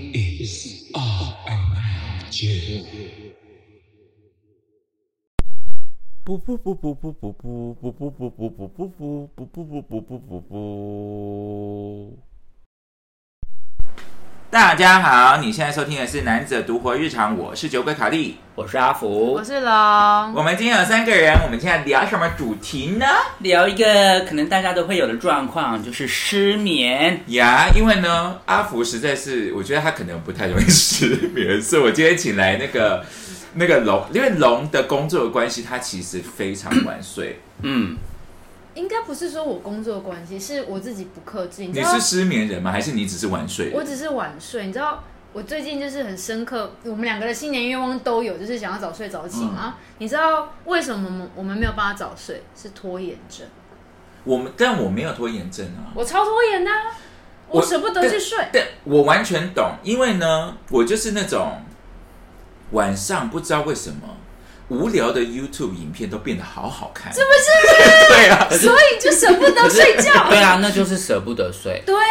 is RMJ. 不不不不不不不不不不不不不不不不不不不不。大家好，你现在收听的是《南者独活日常》，我是酒鬼卡莉。我是阿福我，是龙，我们今天有三个人，我们现在聊什么主题呢？聊一个可能大家都会有的状况，就是失眠。呀，因为呢，阿福实在是，我觉得他可能不太容易失眠，所以我今天请来那个那个龙，因为龙的工作的关系，他其实非常晚睡。嗯，应该不是说我工作关系，是我自己不克制。你知你道，是失眠人吗？还是你只是晚睡？我只是晚睡。你知道，我最近就是很深刻，我们两个的新年愿望都有，就是想要早睡早起嘛。你知道为什么我们我们没有办法早睡？是拖延症。我们，但我没有拖延症啊。我超拖延的啊、我舍不得去睡。对，我完全懂，因为呢，我就是那种晚上不知道为什么无聊的 YouTube 影片都变得好好看，是不是？对啊，所以就舍不得哦睡觉。对啊，那就是舍不得睡。对啊，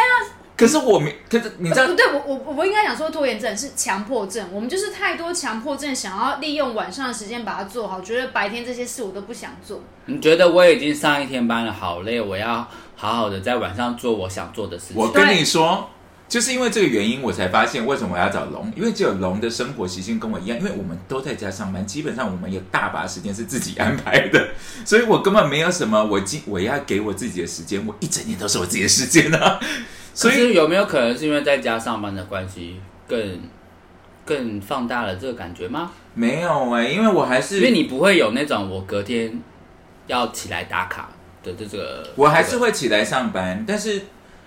可是我没，可是你知道不，呃对，我我我不应该讲说拖延症是强迫症，我们就是太多强迫症，想要利用晚上的时间把它做好，觉得白天这些事我都不想做。你觉得我已经上一天班了，好累，我要好好的在晚上做我想做的事我情。跟你说，就是因为这个原因，我才发现为什么我要找龙，因为只有龙的生活习性跟我一样，因为我们都在家上班，基本上我们有大把时间是自己安排的， 所以我根本没有什么我今我要给我自己的时间，我一整年都是我自己的时间啊，所可以是有没有可能是因为在家上班的关系，更更放大了这个感觉吗？没有哎、因为我还是因为你不会有那种我隔天要起来打卡的这个。我还是会起来上班，但是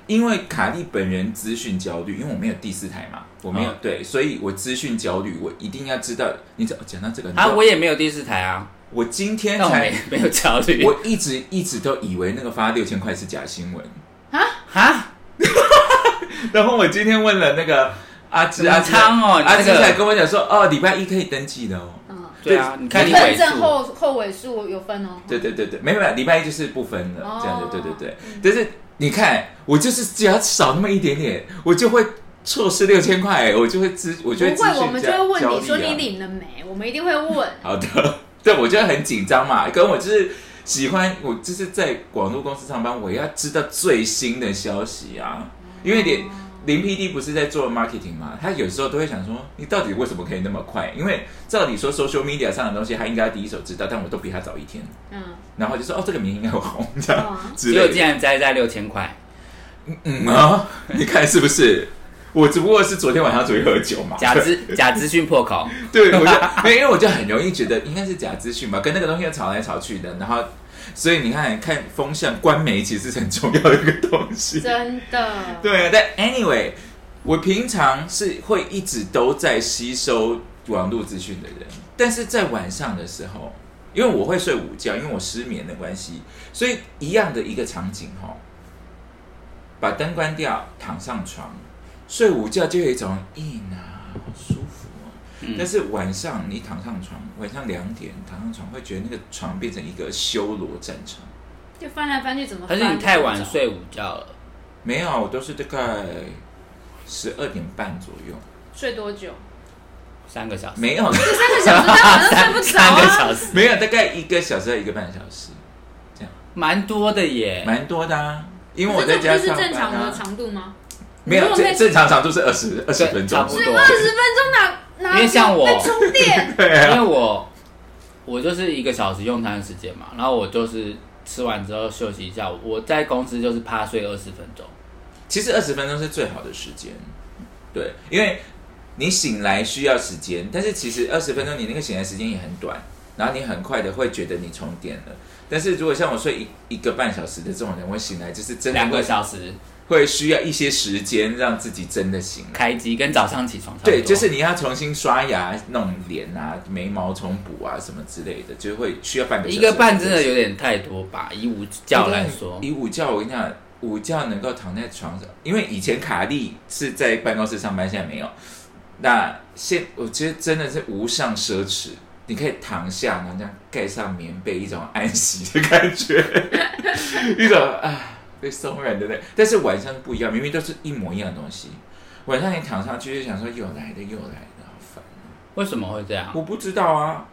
因为卡莉本人资讯焦虑，因为我没有第四台嘛，我没有、嗯对，所以我资讯焦虑，我一定要知道。你知道讲到这个，你知啊，道我也没有第四台啊，我今天但我没才， 没有焦虑。我一直一直都以为那个发六千块是假新闻，哈， 然后我今天问了那个阿芝，很阿芝长哦你阿芝这个才跟我讲说，哦，礼拜一可以登记的哦。嗯，对啊，你看你尾认数证后后尾数有分哦。对对对对，没有没有，礼拜一就是不分了，哦这样子，对对对。但是你看，我就是只要少那么一点点，我就会错失六千块，我就会知，我不就会资会，我讯们就加会问你交说易啊你领了没？我们一定会问。好的， 对我就很紧张嘛，跟我就是喜欢，我就是在广告公司上班，我要知道最新的消息啊，因为哦连林 PD 不是在做 marketing 嘛，他有时候都会想说，你到底为什么可以那么快？因为照理说 social media 上的东西，他应该第一手知道，但我都比他早一天。嗯，然后就说哦，这个名应该会红这样哦之结果类竟的。然栽在六千块，嗯啊， 你看是不是？我只不过是昨天晚上出去喝酒嘛，假资假资讯破口， 对，我就 没有因为我就很容易觉得应该是假资讯吧，跟那个东西又吵来吵去的，然后所以你看看风向，官媒其实是很重要的一个东西。真的。对啊，但 anyway，我平常是会一直都在吸收网络资讯的人，但是在晚上的时候，因为我会睡午觉，因为我失眠的关系，所以一样的一个场景哈、把灯关掉，躺上床睡午觉，就有一种硬啊，好舒服哦。但是晚上你躺上床，晚上两点躺上床，会觉得那个床变成一个修罗战场。 就翻来翻去怎么可翻？是你太晚。睡午觉了，没有，我都是大概十二点半左右。睡多 久？三个小 时，没有，三个小时，他晚上睡不着三个啊。小时， 没有，大概一个小时到一个半小时，蛮多的耶。蛮多的啊。因为我可在是家这不哎上是正班常的啊，长度吗？没如有果可正以正常长度是二十二十分钟，差不，多二十分钟哪哪因为像我在充电对因为啊，我我就是一个小时用餐时间嘛，然后我就是吃完之后休息一下，我在公司就是趴睡二十分钟。其实二十分钟是最好的时间，对，因为你醒来需要时间，但是其实二十分钟你那个醒来时间也很短，然后你很快的会觉得你充电了。但是如果像我睡一一个半小时的这种人，我醒来就是真的两个会小时会需要一些时间让自己真的醒来。开机跟早上起床差不多对，就是你要重新刷牙、弄脸啊、眉毛重补啊什么之类的，就会需要半个小一时个半真的有点太多吧，以午觉来说，以午觉，我跟你讲，午觉能够躺在床上，因为以前卡莉是在办公室上班，现在没有。那现我觉得真的是无上奢侈，你可以躺下，然后这样盖上棉被，一种安息的感觉， 一种啊被松软的那。但是晚上不一样，明明都是一模一样的东西，晚上你躺上去就想说又来了又来了，好烦。为什么会这样？我不知道啊，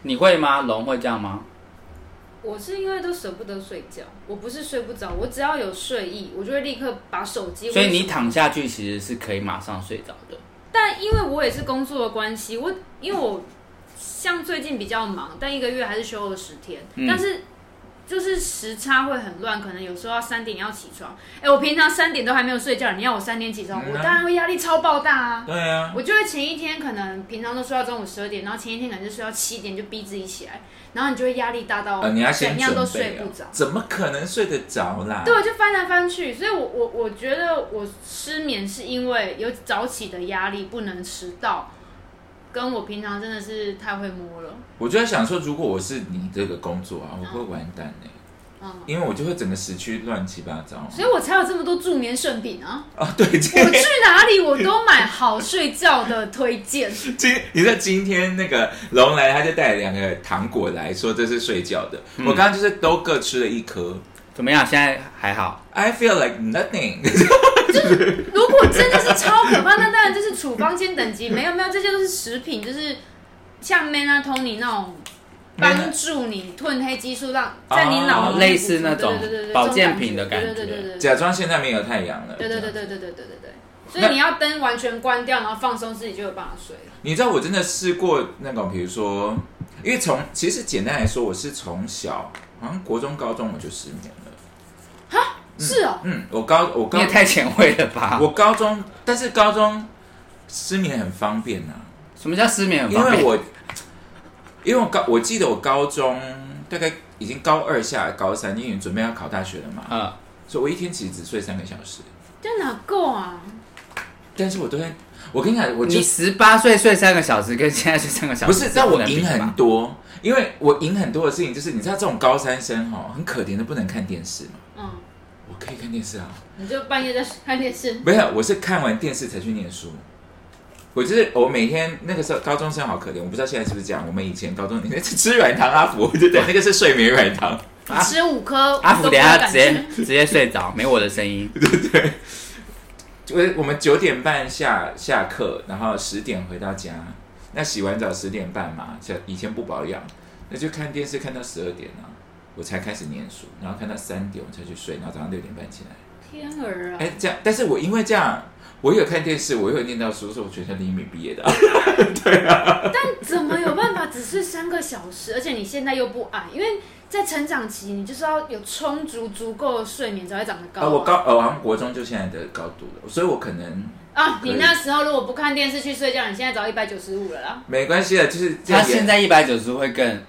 你会吗？龙会这样吗？我是因为都舍不得睡觉，我不是睡不着，我只要有睡意，我就会立刻把手机。所以你躺下去其实是可以马上睡着的。但因为我也是工作的关系，我因为我像最近比较忙，但一个月还是休了十天，嗯但是就是时差会很乱，可能有时候要三点要起床。哎、我平常三点都还没有睡觉，你要我三点起床，嗯啊我当然会压力超爆大啊！对啊，我就会前一天可能平常都睡到中午十二点，然后前一天可能就睡到七点，就逼自己起来，然后你就会压力大到呃，你要先怎样准都睡备啊不着，。怎么可能睡得着啦？对，我就翻来翻去，所以我我我觉得我失眠是因为有早起的压力，不能迟到，跟我平常真的是太会摸了，我就在想说，如果我是你这个工作啊，我会完蛋哎、嗯，因为我就会整个时区乱七八糟。所以我才有这么多助眠圣 品啊！啊，对，今我去天哪里我都买好睡觉的推荐，今你知道今天那个龙来，他就带了两个糖果来说这是睡觉的，我刚刚就是都各吃了一颗。怎么样？现在还好？ I feel like nothing 如果真的是超可怕，那当然就是处方间等级，没有没有，这些都是食品，就是像 melatonin 那种。帮助你褪黑激素，让在你脑哦中类似那种对对对对保健品的对对感觉对对对假装现在没有太阳了。对对这对样对对对对对对。所以你要灯完全关掉，然后放松自己就有办法睡了。你知道我真的试过那种，比如说，因为从其实简单来说，我是从小好像国中、高中我就失眠了。是哦，嗯，我高我你高也太前卫了吧！我高中，但是高中失眠很方便呐、什么叫失眠很因方便？为我因为我高我记得我高中大概已经高二下高三，因为准备要考大学了嘛，呃，所以我一天其实只睡三个小时，这哪够啊？但是我都在，我跟你讲，我就你十八岁睡三个小时，跟现在睡三个小不时是，但我能比赢的吧很多，因为我赢很多的事情就是，你知道这种高三生哈，很可怜的不能看电视嘛。嗯，我可以看电视啊，你就半夜在看电视，没有，我是看完电视才去念书。我就是我每天那个时候高中生好可怜，我不知道现在是不是这样。我们以前高中你吃软糖阿福，对不对？那个是睡眠软糖。啊吃五颗，阿福我都等不会一啊下感直接觉。直接睡着，没我的 声音。就是呃我们九点半下下课，然后十点回到家，那洗完澡十点半嘛，像以前不保养，那就看电视看到十二点啊，我才开始念书，然后看到三点我才去睡，然后早上六点半起来。天儿啊！哎，这样，但是我因为这样，我有看电视，我有念到书，所以我全校第一名毕业哦的。怎么有办法只睡三个小 时？而且你现在又不矮，因为在成长期，你就是要有充足足够的睡眠才会长得高、啊，我高呃，我好像国中就现在的高度了，所以我可能啊！你那时候如果不看电视去睡觉，你现在早一百九十五了啦。没关系的，啊就是这他样也现在一百九十会更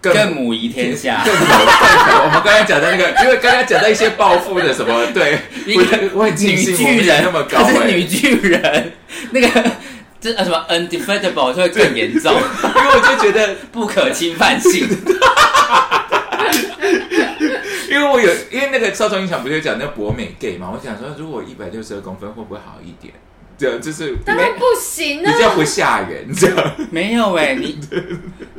更更母仪天下更。猛更 猛我们刚才讲的那个，因为刚才讲到一些暴富的什么，对，一我个我很庆 女幸我巨没有人那么高、她是哎女巨人， 那个这呃什么 undefeatable 就会更严重，因为我就觉得， 不可侵犯性。因为我有，因为那个少壮英雄不就讲那博美 gay 嘛，我想说，如果一百六十二公分会不会好一点？对，就是当然不行比啊！较不吓人，这样。没有哎、你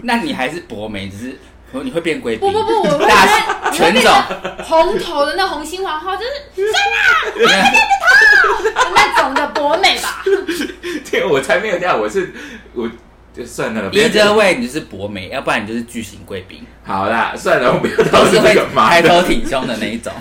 那你还是博美，只是你会变贵不宾。不不，我会觉大得你会全变总 成红头的那红心皇后，就是那种的博美吧。对，我才没有这样，我是我就算了，别 either way 你就是博美，要不然你就是巨型贵宾，好啦，算了，我不要 都讨是论会这个嘛抬。头挺胸的那一种。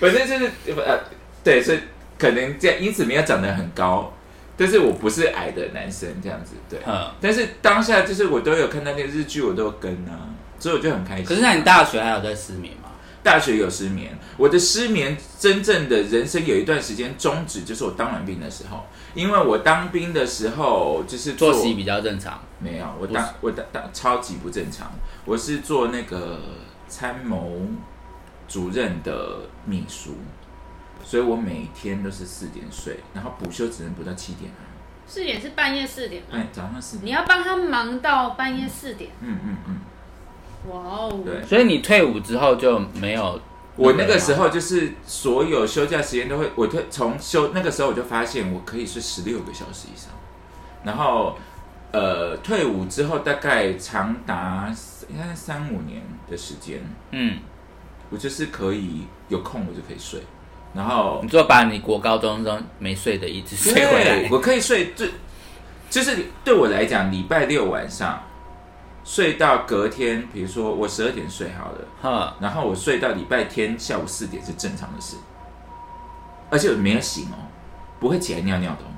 反正就是呃，对，所以可能这样，因此没有长得很高，但是我不是矮的男生这样子，对。嗯，但是当下就是我都有看那些日剧，我都有跟啊，所以我就很开心。可是那你大学还有在失眠吗？大学有失眠，我的失眠真正的人生有一段时间终止，就是我当完兵的时候，因为我当兵的时候就是作息比较正常，没有，我当我当当超级不正常，我是做那个参谋主任的秘书，所以我每天都是四点睡，然后补休只能补到七点啊，四点是半夜四点，哎，早上四你点，要帮他忙到半夜四点，嗯嗯嗯，哇哦！对，所以你退伍之后就没有。我那个时候就是所有休假时间都会，我就从休那个时候我就发现我可以睡十六个小时以上，然后呃退伍之后大概长达应该是三五年的时间，嗯，我就是可以有空我就可以睡，然后你就把你国高中中没睡的一直睡回对来。我可以睡最，就是对我来讲，礼拜六晚上睡到隔天，比如说我十二点睡好了，哼，然后我睡到礼拜天下午四点是正常的事，而且我没有醒哦，不会起来尿尿的、哦，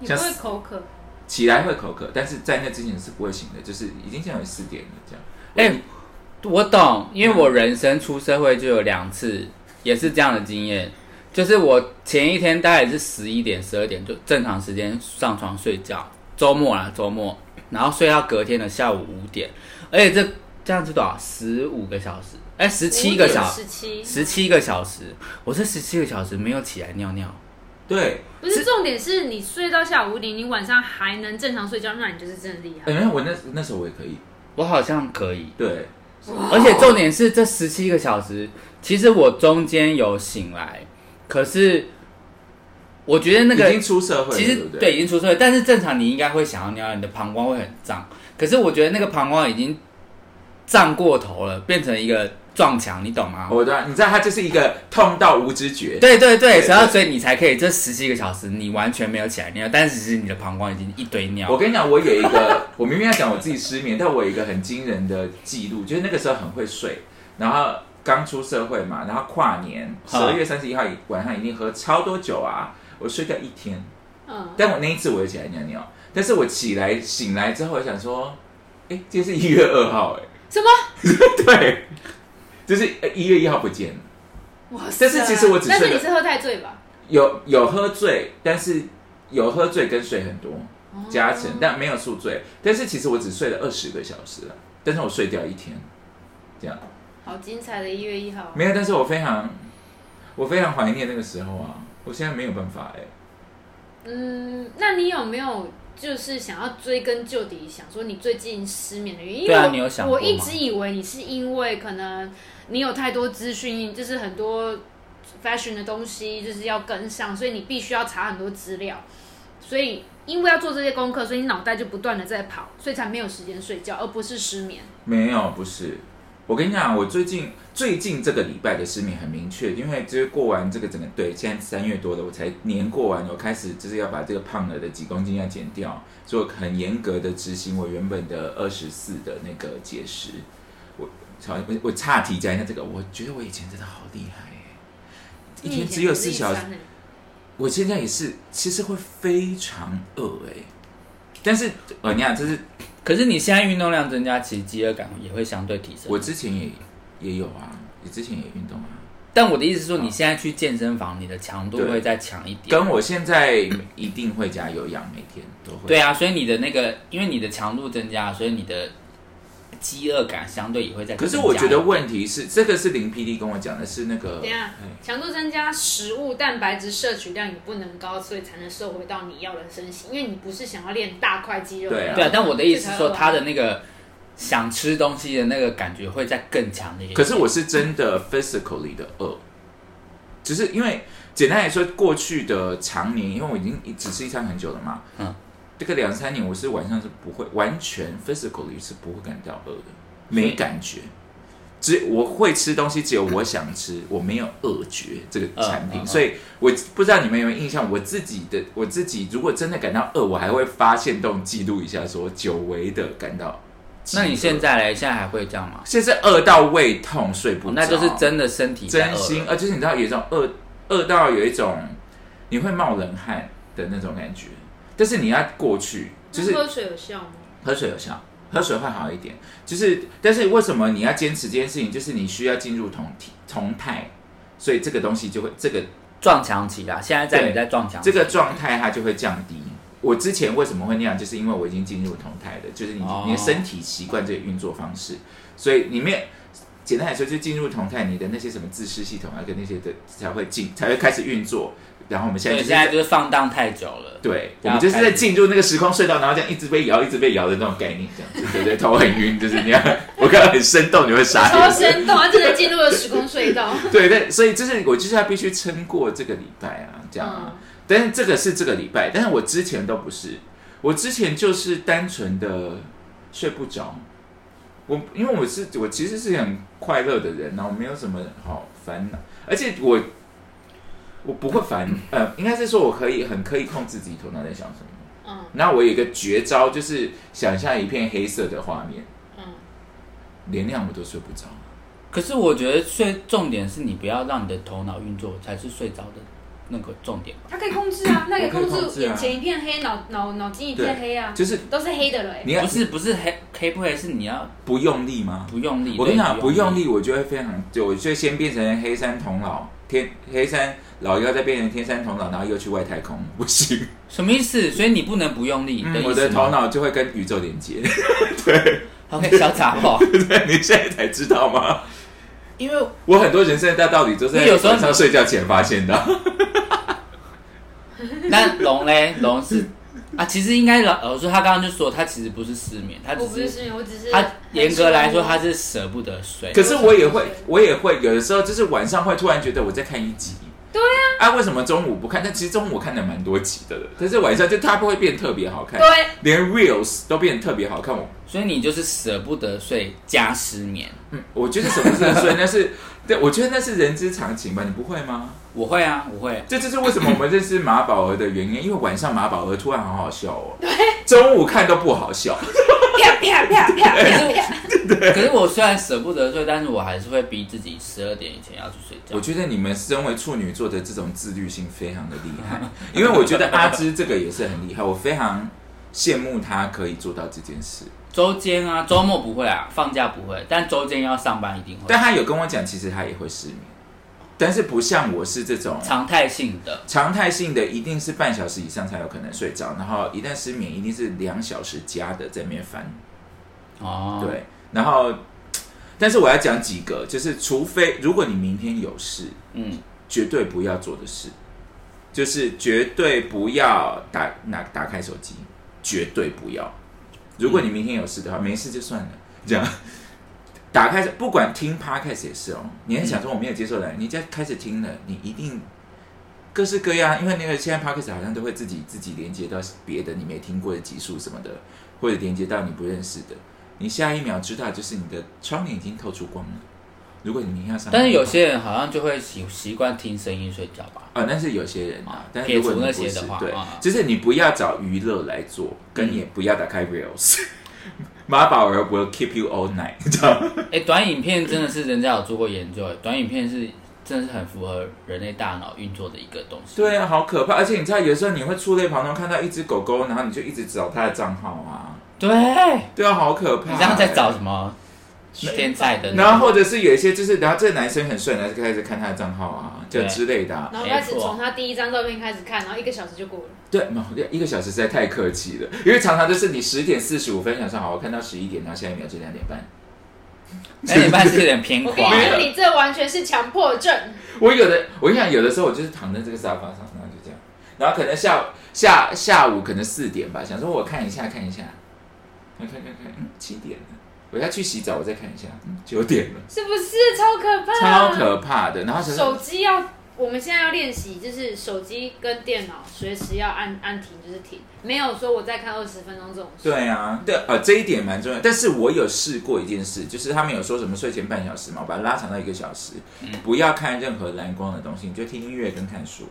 你不会口渴，起来会口渴，但是在那之前是不会醒的，就是已经下午四点了这样。哎、我懂，因为我人生出社会就有两次也是这样的经验，就是我前一天大概也是十一点、十二点就正常时间上床睡觉，周末啦，周末，然后睡到隔天的下午五点，而且这这样子多少？十五个小时，哎、十七个小时十，七，十七个小时，我这十七个小时没有起来尿尿。对，不是重点是你睡到下午五点，你晚上还能正常睡觉，那你就是真的厉害。哎、欸，我那那时候我也可以，我好像可以，对，而且重点是这十七个小时，其实我中间有醒来，可是我觉得那已个经出社会了，其实对不已经出社会，但是正常你应该会想要尿尿，你的膀胱会很胀，可是我觉得那个膀胱已经胀过头了，变成一个撞墙，你懂吗？我知道，你知道他就是一个痛到无知觉，对对对，对然后所以你才可以这十七个小时你完全没有起来尿，但是其实你的膀胱已经一堆 我尿。跟你讲，我有一个， 我明明要讲我自己失眠，但我有一个很惊人的记录，就是那个时候很会睡，然后刚出社会嘛，然后跨年十二月三十一号晚上一定喝超多酒啊，我睡掉一天，嗯，但我那一次我又起来尿尿，但是我起来醒来之后，我想说，哎，今天是一月二号、什么？哎，对，就是呃一月一号不见了，哇但是其实我只但睡是你了是喝太醉吧？有有喝醉，但是有喝醉跟睡很多，哦加成，但没有宿醉。但是其实我只睡了二十个小时了，但是我睡掉一天，这样好精彩的一月一号，啊没有。但是我非常，我非常怀念那个时候啊！我现在没有办法哎、嗯，那你有没有就是想要追根究底，想说你最近失眠的原因？因为对啊我你有想过我吗一直以为你是因为可能你有太多资讯，就是很多 fashion 的东西，就是要跟上，所以你必须要查很多资料，所以因为要做这些功课，所以你脑袋就不断的在跑，所以才没有时间睡觉，而不是失眠。没有，不是。我跟你讲，我最近最近这个礼拜的失眠很明确，因为就是过完这个整个对，现在三月多了，我才年过完，我开始就是要把这个胖了的几公斤要减掉，所以我很严格的执行我原本的二十四的那个节食。我好，我我岔题讲一下这个，我觉得我以前真的好厉害耶，一天只有四小时，你以前是一餐欸我现在也是，其实会非常饿哎，但是呃，你看这是可是你现在运动量增加，其实饥饿感也会相对提升。我之前也也有啊，也之前也运动啊。但我的意思是说，你现在去健身房，你的强度会再强一点。跟我现在一定会加有氧，每天都会。对，啊，所以你的那个，因为你的强度增加，所以你的饥饿感相对也会在。可是我觉得，问题是，这个是林 PD 跟我讲的是那个，等一啊下哎强度增加，食物蛋白质摄取量也不能高，所以才能瘦回到你要的身形。因为你不是想要练大块肌肉的对人，啊对啊，但我的意思是说，这才饿啊他的那个想吃东西的那个感觉会再更强烈一点。可是我是真的 physically 的饿，只是因为简单来说，过去的常年，因为我已经只吃一餐很久了嘛，嗯，这个两三年我是晚上是不会完全 physically 是不会感到饿的，没感觉。只我会吃东西，只有我想吃，我没有饿觉这个产品，嗯嗯嗯所以我不知道你们有没有印象，我自己的我自己如果真的感到饿，我还会发现动记录一下说久违的感到饥饿。那你现在嘞，现在还会这样吗？现在饿到胃痛睡不着、哦那就是真的身体在饿真了心，而且你知道有一种饿饿到有一种你会冒冷汗的那种感觉，但是你要过去，就是那喝水有 效吗？喝水有效，喝水会好一点。就是，但是为什么你要坚持这件事情？就是你需要进入同体同态，所以这个东西就会这个撞墙期啦，现在在对你在撞墙期，这个状态它就会降低。我之前为什么会那样，就是因为我已经进入同态了，就是你、哦你的身体习惯这个运作方式，所以里面简单来说，就进入同态，你的那些什么自噬系统啊，跟那些的才会进，才会开始运作。然后我们现在对，就是现在在就是放荡太久了。对，我然们后就是开在始进入那个时空隧道，然后这样一直被摇，一直被摇的那种概念，这样子，对对，头很晕，就是那样。我刚刚很生动，你会傻眼。超生动，他真的进入了时空隧道。对对，所以就是我就是要必须撑过这个礼拜啊，这样啊。嗯但是这个是这个礼拜，但是我之前都不是，我之前就是单纯的睡不着。我因为我是我其实是很快乐的人然后没有什么好烦恼，而且我我不会烦，呃，应该是说我可以很刻意控制自己头脑在想什么。嗯那我有一个绝招，就是想象一片黑色的画面，嗯，连那样我都睡不着。可是我觉得睡重点是你不要让你的头脑运作才是睡着的那个重点吧。他可以控制啊，那可以控我可以控制制啊眼前一片黑，脑脑脑筋一片黑啊，就是都是黑的了欸。你要不是不是黑黑不黑是你要不用力吗？不用力。我跟你讲，对不用，力，我就会非常，就我就先变成黑山童姥，天黑山老妖，再变成天山童姥，然后又去外太空，不行，什么意思？所以你不能不用力嗯的意思我吗、的头脑就会跟宇宙连接。 OK 小杂 货，对，你现在才知道吗？因为我很多人生的大道理都是在因为有时候晚上睡觉前发现的。那龙嘞龙是啊，其实应该老老师他刚刚就说他其实不是失眠，他我不只是是失眠，我只是他严格来说他是是舍不得睡。可是我也会，我也会，有的时候就是晚上会突然觉得我在看一集。对啊，啊，为什么中午不看？但其实中午我看了蛮多集的了，但是晚上就它会变特别好看，对，连 reels 都变得特别好看。我所以你就是舍不得睡加失眠。嗯，我觉得什么是睡，那是 对，我觉得那是人之常情吧，你不会吗？我会啊，我 会。这就是为什么我们认识马宝儿的原因，因为晚上马宝儿突然好好笑哦，中午看都不好笑。啪啪啪啪可啪是啪。可是我虽然舍不得睡，但是我还是会逼自己十二点以前要去睡觉我。觉得你们身为处女座的这种自律性非常的厉害，因为我觉得阿芝这个也是很厉害，我非常羡慕她可以做到这件事。周间啊，周末不会啊，放假不会，但周间要上班一定会但。她有跟我讲，其实她也会失眠，但是不像我是这种常态性的，常态性的，一定是半小时以上才有可能睡着，然后一旦失眠，一定是两小时加的在那边翻。哦，，对，然后，但是我要讲几个，就是除非如果你明天有事，嗯，绝对不要做的事，就是绝对不要打拿打开手机，绝对不要。如果你明天有事的话，没事就算了，这样。 打开不管听 podcast 也是哦，你很想说我没有接受的，你在开始听了，你一定各式各样，因为那个现在 podcast 好像都会自己自己连接到别的你没听过的集数什么的，或者连接到你不认识的，你下一秒知道就是你的窗帘已经透出光了。如果你明天要上班的话，但是有些人好像就会习习惯听声音睡觉 吧。啊，但是有些人啊啊，但是撇如果除你那不些是的话对啊，嗯就是你不要找娱乐来做，跟也不要打开 reels。马宝儿 will keep you all night，你知道吗？哎、短影片真的是人家有做过研究，短影片是真的是很符合人类大脑运作的一个东西。对啊，好可怕！而且你知道，有时候你会触类旁通，看到一只狗狗，然后你就一直找它的账号啊。对，对啊，好可怕、欸你这样在找。什么天菜的那个？然后或者是有一些就是，然后这个男生很帅，然后就开始看他的账号啊，就对之类的、啊。然后开始从他第一张照片开始看，然后一个小时就过了。对，没有一个小时实在太客气了，因为常常就是你十点四十五分想说好，我看到十一点，然后下一秒就两点半。那哎你半是有点偏我狂跟你。说，你这完全是强迫症。 我有的，我跟你讲，有的时候我就是躺在这个沙发上，然后就这样，然后可能下午下下午可能四点吧，想说我看一下看一下，看看看看，嗯，七点了，我要去洗澡，我再看一下，嗯，九点了，是不是超可怕？超可怕的。然后想啊手说，机要，我们现在要练习，就是手机跟电脑随时要按按停，就是停，没有说我再看二十分钟这种事。对啊，对，呃，这一点蛮重要。但是我有试过一件事，就是他们有说什么睡前半小时嘛，我把它拉长到一个小时，嗯不要看任何蓝光的东西，你就听音乐跟看书。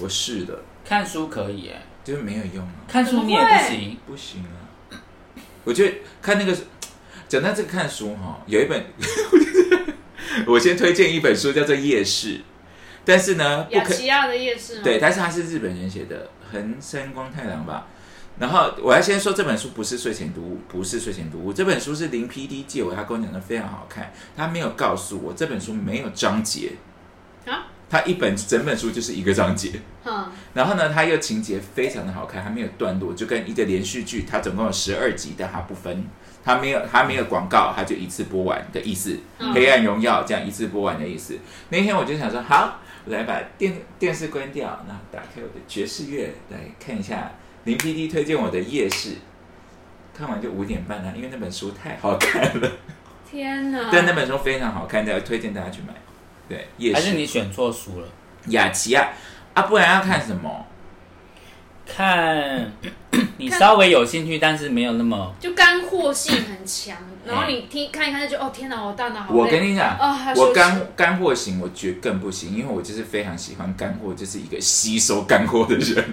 我试了，看书可以、欸，就是没有用啊。看书你也不行。不行啊！我觉得看那个，讲到这个看书哈、有一本， 我先推荐一本书叫做《夜市》，但是呢，不雅可琪亚的夜市吗？对，，但是它是日本人写的，横山光太郎吧。然后我要先说这本书不是睡前读物，不是睡前读物，这本书是林 PD 借我，他跟我讲的非常好看，他没有告诉我这本书没有章节啊，他一本整本书就是一个章节。哼，然后呢，它又情节非常的好看，它没有段落，就跟一个连续剧，它总共有十二集，但它不分，它没有它没有广告，它就一次播完的意思，嗯黑暗荣耀》这样一次播完的意思。那天我就想说，好，我来把电电视关掉，然后打开我的爵士乐来看一下林 PD 推荐我的《夜市》，看完就五点半了，因为那本书太好看了，啊天哪！但那本书非常好看，大家推荐大家去买。对，夜还是市你选错书了？雅琪啊，啊，不然要看什么？看你看稍微有兴趣，但是没有那么就干货性很强，然后你听看一看就觉得哦天哪，我大脑好嗯累。我跟你讲，啊还我休息干干货型，我觉得更不行，因为我就是非常喜欢干货，就是一个吸收干货的人。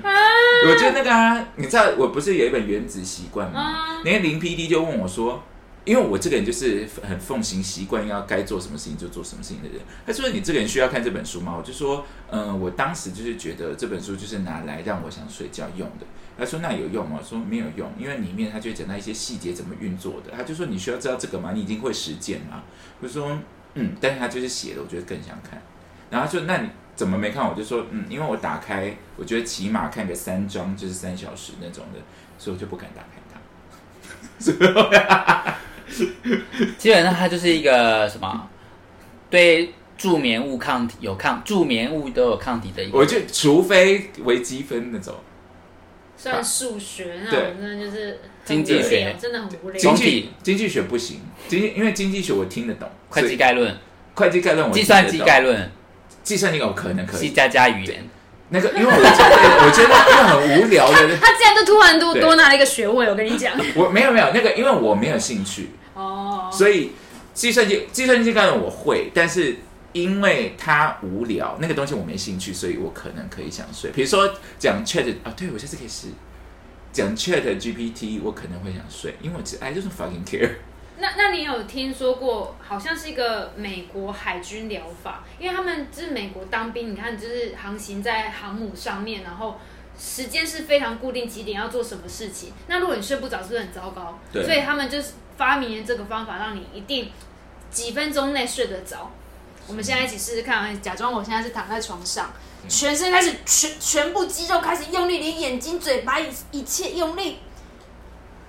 我觉得那个啊，你知道我不是有一本《原子习惯》吗啊？那个林 PD 就问我说。因为我这个人就是很奉行习惯，要该做什么事情就做什么事情的人。他说：“你这个人需要看这本书吗？”我就说：“嗯、我当时就是觉得这本书就是拿来让我想睡觉用的。”他说：“那有用吗？”我说：“没有用，因为里面他就会讲到一些细节怎么运作的。”他就说：“你需要知道这个吗？你已经会实践吗？”我就说：“嗯，但是他就是写的，我觉得更想看。然后他说那你怎么没看？我就说嗯，因为我打开，我觉得起码看个三章就是三小时那种的，所以我就不敢打开它。基本上它就是一个什么对助眠物抗体有抗助眠物都有抗体的一个我就除非微积分那种，算数学那对种，真的就是经济很无学聊真的很无经聊总。济体经济学不行，经济因为经济学我听得懂，会所计以概论、会计概论我计算听机得懂概论、计算机我可能可 C 以，加加语言。那个因为我觉得我觉得因为很无聊的， 他竟然就突然多对多拿了一个学位，我跟你 讲。我没有没有那个因为我没有兴趣，哦，所以计算机计算机概论我会，但是因为它无聊，那个东西我没兴趣，所以我可能可以想睡。比如说讲 Chat 啊，对我下次可以试讲 Chat GPT，我可能会想睡，因为我只 I don't fucking care。那那你有听说过，好像是一个美国海军疗法，因为他们就是美国当兵，你看就是航行在航母上面，然后时间是非常固定，几点要做什么事情。那如果你睡不着，是不是很糟糕？对所以他们就是发明了这个方法，让你一定几分钟内睡得着。我们现在一起试试看，哎假装我现在是躺在床上，全身开始全全部肌肉开始用力，连眼睛、嘴巴一一切用力，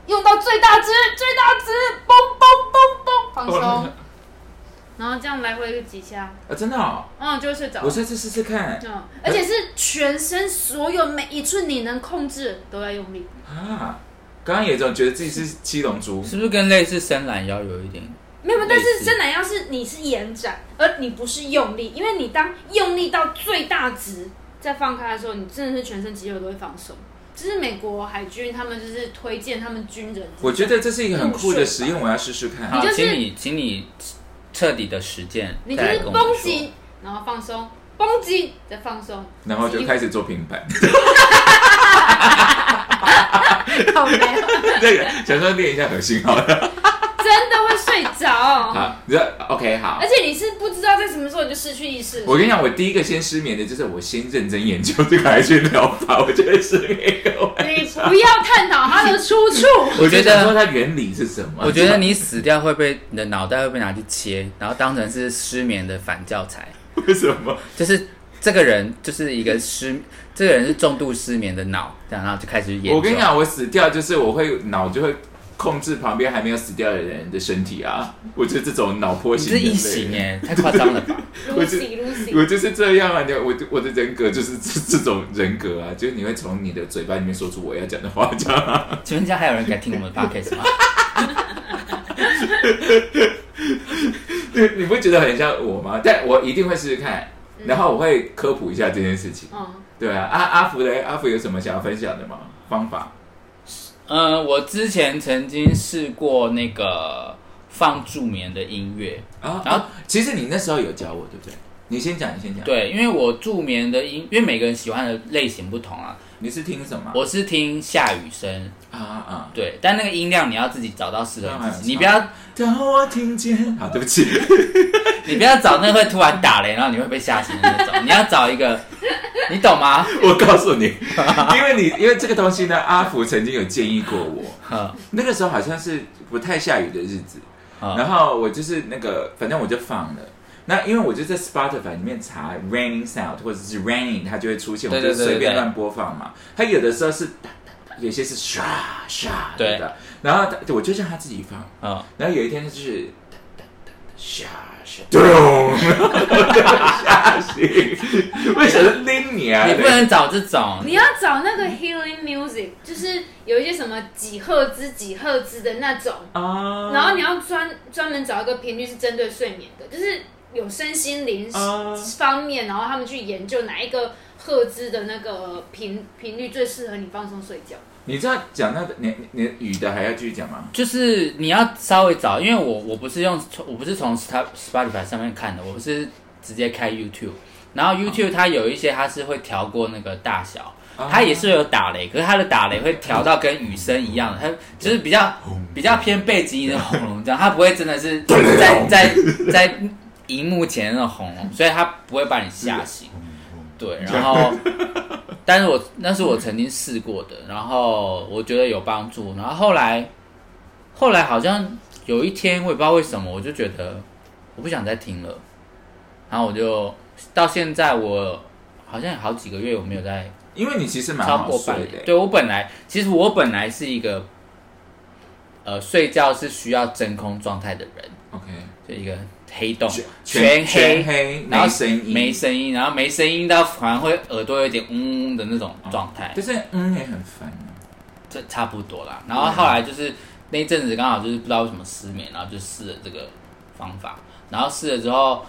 用到最大值，最大值，嘣嘣嘣嘣，放哦松，然后这样来回几下，啊，真的、 哦，嗯，就会睡着我。下次试试看嗯，而且是全身所有每一寸你能控制的都要用力。啊。刚刚有一种觉得自己是七龙珠，是不是跟类似伸懒腰有一点？没有，但类是似伸懒腰是你是延展，而你不是用力，因为你当用力到最大值再放开的时候，你真的是全身肌肉都会放松。这是美国海军他们就是推荐他们军人，我觉得这是一个很酷的实验，我要试试看。好你，就是啊请你请你彻底的实践，你就再来是跟我们绷说紧，然后放松，绷紧再放松，然后就开始做平板， 好没有，这个想说练一下核心好了。真的会睡着，好，你知道 OK 好而。且你是不知道在什么时候你就失去意识了。 我跟你讲，我第一个先失眠的就是我先认真研究这个海军疗法，我就会失眠一个晚上。你不要探讨它的出处，我觉就想说得，它原理是什么？我觉得你死掉会被你的脑袋会被拿去切，然后当成是失眠的反教材。为什么？就是这个人就是一个失，这个人是重度失眠的脑，这样然后就开始研究。我跟你，讲，我死掉就是我会脑就会控制旁边还没有死掉的人的身体啊，我就是这种脑波你型是人类。异形哎，太夸张了吧？ 我就 Lucy Lucy，我就是这样啊，你我我的人格就是这这种人格啊，就是你会从你的嘴巴里面说出我要讲的话，这样啊、 请问这样还有人敢听我们的 podcast 吗？你不觉得很像我吗？但我一定会试试看，然后我会科普一下这件事情。嗯，对啊，阿阿福嘞，阿福有什么想要分享的吗？方法？呃，我之前曾经试过那个放助眠的音乐，啊然后啊！其实你那时候有教我，对不对？你先讲，你先讲。，对，因为我助眠的音，因为每个人喜欢的类型不同啊，你是听什么？我是听下雨声，啊啊！对，但那个音量你要自己找到适合自己，你当然啊不要当我听见，好，对不起，你不要找那个会突然打雷，然后你会被吓醒的那种，你要找一个，你懂吗？ 我告诉你，因为你因为这个东西呢，阿福曾经有建议过 我，呵那个时候好像是不太下雨的日子，呵然后我就是那个，反正我就放了。那因为我就在 Spotify 里面查 raining sound 或者是 raining，它就会出现，我对就对对随便对乱播放嘛。它有的时候是哒哒哒，有些是唰唰对的，然后它我就让它自己放。嗯，然后有一天就是哒哒哒哒下雪，咚，下 雪，我想说拎你啊，你不能找这种你要找那个嗯 healing music，就是有一些什么几赫兹、几赫兹的那种，啊，然后你要专专门找一个频率是针对睡眠的，就是有身心灵啊方面，然后他们去研究哪一个赫兹的那个频频率最适合你放松睡觉。你知道讲那个你你你雨的还要继续讲吗？就是你要稍微找，因为我我不是用我不是从 Sp- Spotify 上面看的，我是直接开 YouTube，然后 YouTube 它有一些它是会调过那个大小，它也是有打雷，可是它的打雷会调到跟雨声一样的，它就是比较比较偏背景音的轰隆这样，它不会真的是在在在荧幕前那种轰隆，所以它不会把你吓醒。对，然后，但是我那是我曾经试过的，然后我觉得有帮助，然后后来，后来好像有一天我也不知道为什么，我就觉得我不想再听了，然后我就到现在我好像有好几个月我没有在因为你其实蛮超好过啊睡半的、年。对我本来其实我本来是一个，呃，睡觉是需要真空状态的人， o k 就一个黑洞，全黑全黑，然后没声音，没声音，然后没声音到反而会耳朵有点嗡嗡的那种状态，就是嗯也很烦、啊。这差不多啦。然后后来就是那一阵子刚好就是不知道为什么失眠，然后就试了这个方法，然后试了之后